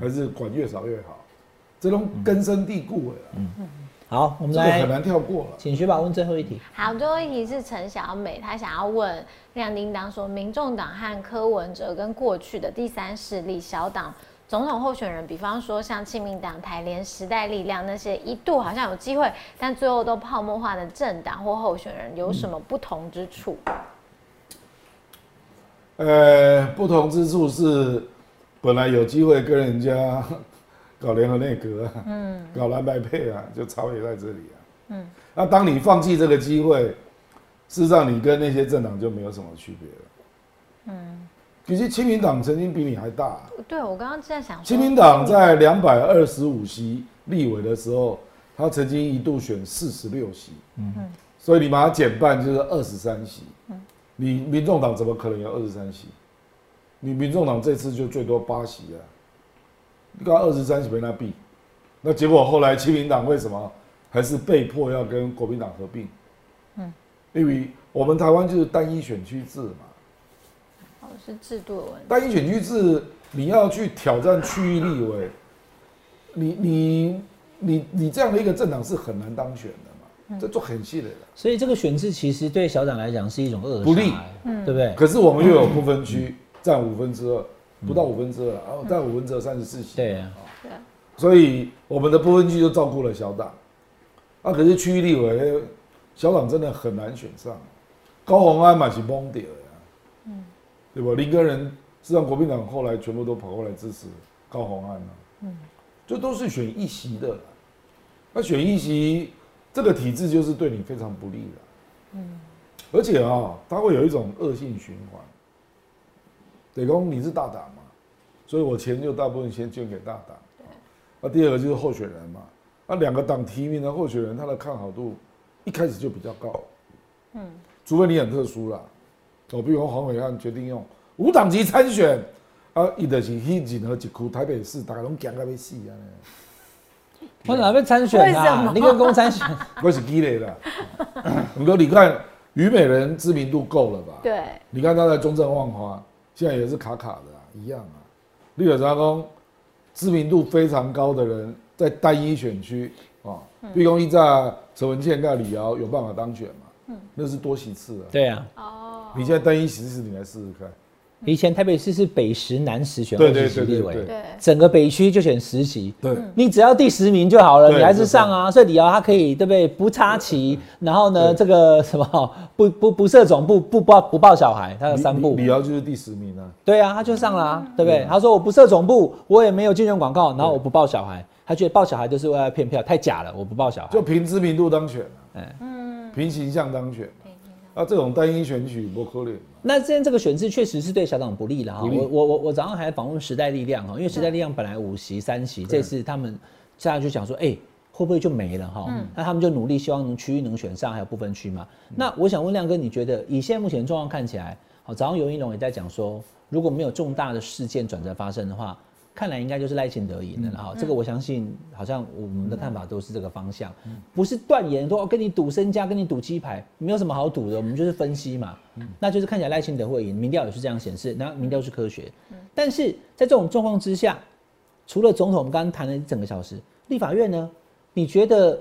D: 还是管越少越好，这种根深蒂固的啊，
B: 好，我们
D: 这个很
B: 来
D: 难跳过了。
B: 请学宝问最后一题，
C: 好，最后一题是陈小美，她想要问亮叮当说，民众党和柯文哲跟过去的第三势力小党总统候选人，比方说像亲民党、台联、时代力量那些一度好像有机会，但最后都泡沫化的政党或候选人，有什么不同之处？
D: 呃，不同之处是，本来有机会跟人家 [LAUGHS] 搞联合内阁、啊，嗯，搞蓝白配啊，就差别在这里啊，嗯，那当你放弃这个机会，事实上你跟那些政党就没有什么区别了，嗯，其实亲民党曾经比你还大、啊
C: 对我刚刚在想说，
D: 亲民党在两百二十五席立委的时候，他曾经一度选四十六席，嗯，所以你把它减半就是二十三席，你民众党怎么可能有二十三席？你民众党这次就最多八席啊，你刚二十三席没那比，那结果后来亲民党为什么还是被迫要跟国民党合并？嗯，因为我们台湾就是单一选区制嘛，
C: 哦是制度的问题，
D: 单一选区制，你要去挑战区域立委，你你你你这样的一个政党是很难当选的嘛，这就很细的啦。
B: 所以这个选制其实对小党来讲是一种扼杀，
D: 不利
B: 嗯，对不对？
D: 可是我们又有不分区，占五分之二，不到五分之二啦，然后占五分之二三十四席，
B: 对啊，
D: 所以我们的不分区就照顾了小党。啊，可是区域立委小党真的很难选上，高鸿安嘛是蒙掉呀，嗯，对吧？林根人实际上国民党后来全部都跑过来支持高鸿安了、嗯，这都是选一席的啦，那选一席这个体制就是对你非常不利的，嗯，而且啊、它会有一种恶性循环，得公你是大党嘛，所以我钱就大部分先捐给大党。那第二个就是候选人嘛，那两个党提名的候选人，他的看好度一开始就比较高，嗯，除非你很特殊啦，我比如说黄伟汉决定用无党籍参选，啊，伊就是去任何一区台北市，大家拢惊到要死啊，
B: 我哪边参选啊？你跟公参选，
D: 我是积累啦。 [LAUGHS] 不过你看虞美人知名度够了吧？
C: 对，
D: 你看他在中正万华，现在也是卡卡的、啊，一样啊。绿野长工知名度非常高的人，在单一选区啊，毕恭一在陈文茜跟李敖有办法当选嘛？那是多其次啊。
B: 对啊，
D: 你现在单一席次，你来试试看。
B: 以前台北市是北十南十选
D: 对
B: 二
D: 对
B: 十席立
D: 对对
B: 委
D: 对，
B: 整个北区就选十席，
D: 对，
B: 嗯你只要第十名就好了，
D: 对
B: 你还是上啊。所以李敖他可以对不对？不插旗，然后呢，
D: 对
B: 这个什么 [LAUGHS] 不不不设总部，不抱不抱小孩，他有
D: 李
B: 三不
D: 李。李嗯敖就是第十名啊。
B: 对啊，他就上了啊，对不对？他说我不设总部，我也没有竞选广告，然后我不抱小孩，他觉得抱小孩就是为了骗票，太假了，我不抱小孩。
D: 就凭知名度当选，
B: 哎
D: 嗯，凭形象当选，啊，这种单一选举不可能。
B: 那现在这个选制确实是对小党不利了哈。
D: 不利
B: 我我我我早上还访问时代力量哈，因为时代力量本来五
D: 嗯
B: 席三席，这次他们下来就想说，哎、会不会就没了哈？
D: 嗯
B: 那他们就努力希望能区域能选上，还有不分区嘛。那我想问亮哥，你觉得以现在目前状况看起来，好，早上尤一龙也在讲说，如果没有重大的事件转折发生的话，看来应该就是赖清德赢了哈。这个我相信，好像我们的看法都是这个方向，不是断言说哦跟你赌身家，跟你赌鸡排，没有什么好赌的，我们就是分析嘛。那就是看起来赖清德会赢，民调也是这样显示，那民调是科学。但是在这种状况之下，除了总统，我们刚刚谈了一整个小时，立法院呢？你觉得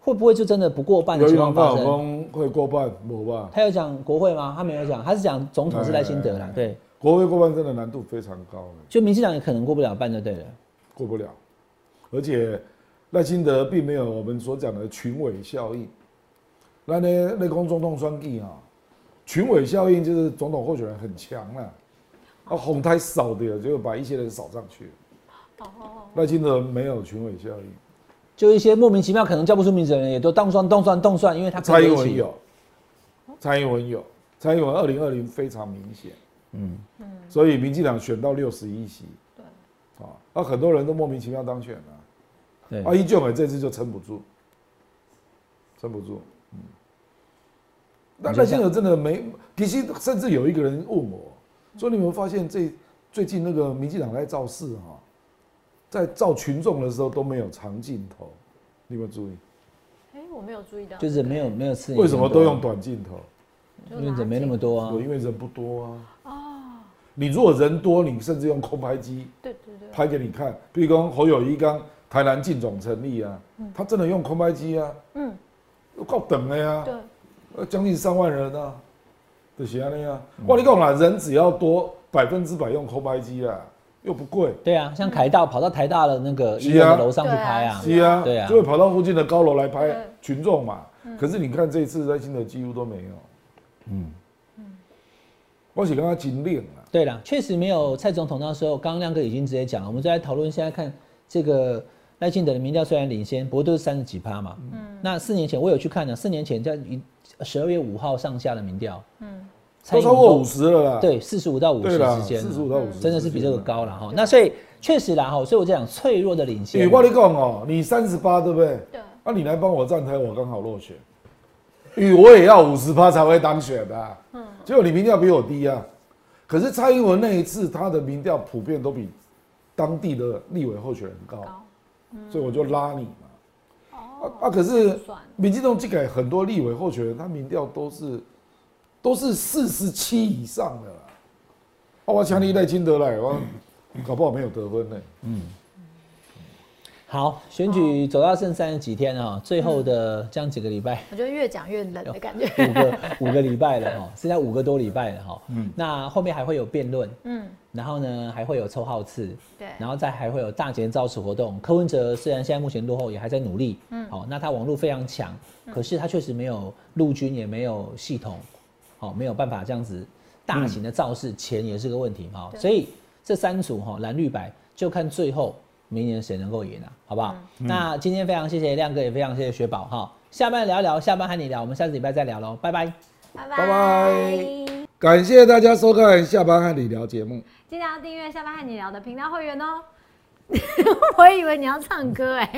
B: 会不会就真的不过半的
D: 由于
B: 情况
D: 王大
B: 发
D: 老
B: 生？
D: 公会过半，没吧？
B: 他有讲国会吗？他没有讲，他是讲总统是赖清
D: 哎
B: 德啦。对，
D: 国会过半真的难度非常高，
B: 就民进党也可能过不了半就对了。
D: 过不了。而且赖清德并没有我们所讲的群委效应。那呢，内功总统双计啊，群委效应就是总统候选人很强了、啊，红太少的，就把一些人扫上去。赖清德没有群委效应。
B: 就一些莫名其妙可能叫不出名字的人，也都动算动算动算，因为他
D: 蔡
B: 配在
D: 英
B: 一
D: 文
B: 起。
D: 有，蔡英文有，蔡英文二零二零非常明显，嗯所以民进党选到六十一席，对，啊，那很多人都莫名其妙当选了，
B: 对，
D: 啊，依旧美这次就撑不住，撑不住，嗯，那
B: 你就
D: 赖清德真的没，其实甚至有一个人问我，说你有没有发现这最近那个民进党在造势哈，在造群众的时候都没有长镜头，你有没有注意？
C: 哎，我没有注意到，
B: 就是没有没有啊刺激。
D: 为什么都用？短镜头？
C: 就
B: 因为
C: 拿
B: 人没那么
C: 镜
B: 多啊
D: 我。因为人不多啊。你如果人多，你甚至用空拍机
C: 对对对，
D: 拍给你看。比如说侯友谊刚台南进总成立啊，他真的用空拍机啊，
C: 嗯，
D: 够等的呀、
C: 对，
D: 呃将近三万人啊，就是安尼啊。
B: 嗯
D: 哇，你讲啦，人只要多百分之百用空拍机啊，又不贵，
B: 对啊，像凯道跑到台大的那个医
D: 是
B: 院
D: 啊
B: 的楼上去拍啊。
D: 是啊，
B: 对啊
D: 就会跑到附近的高楼来拍
C: 对嗯
D: 群众嘛。可是你看这一次在新的几乎都没有，嗯
B: 嗯
D: 我是刚刚尽力了。
B: 对啦，确实没有蔡总统那时候，刚刚亮哥已经直接讲了，我们就来讨论现在看这个赖清德的民调虽然领先，不过都是三十几趴嘛。嗯，那四年前我有去看了，啊四年前在十二月五号上下的民调，嗯，
D: 都超过五，十了啦。
B: 对，四十五到五
D: 啊对
B: 十
D: 啦，
B: 之间，啊
D: 四十五到五十，啊
B: 真的是比这个。高了哈。那所以确实啦哈，所以我就讲脆弱的领
D: 因为
B: 先。
D: 我跟你讲哦，你三十八对不对？
C: 对。
D: 那、你来帮我站台，我刚好落选。因为我也要五十趴才会当选的、嗯。结果你民调比我低啊。可是蔡英文那一次，他的民调普遍都比当地的立委候选人高，嗯
C: 高
D: 所以我就拉你嘛。啊啊！可是民进党这个很多立委候选人，他民调都是都是四十七以上的啦。啊，我请你赖清德来，我搞不好没有得分呢、
B: 好，选举走到剩三十几天哈，最后的这样几个礼
D: [LAUGHS]
B: 拜，
F: 我觉得越讲越冷的感觉。
B: 五个五个礼拜了哈，现在五个多礼拜了哈。嗯，那后面还会有辩论，嗯，然后呢还会有抽号次，
F: 对
B: 然后再还会有大节造势活动。柯文哲虽然现在目前落后，也还在努力，嗯，好、那他网络非常强，可是他确实没有陆军，也没有系统，好、没有办法这样子大型的造势，钱也是个问题哈、所以这三组哈、蓝绿白就看最后明年谁能够赢了、啊好不好？那今天非常谢谢亮哥，也非常谢谢雪宝哈、下班聊一聊，下班和你聊，我们下次礼拜再聊喽，拜拜。
C: 拜拜
D: 拜拜感谢大家收看下班和理疗节目。
C: 记得要订阅下班和你聊的频道会员哦。 [LAUGHS]
F: 我以为你要唱歌哎、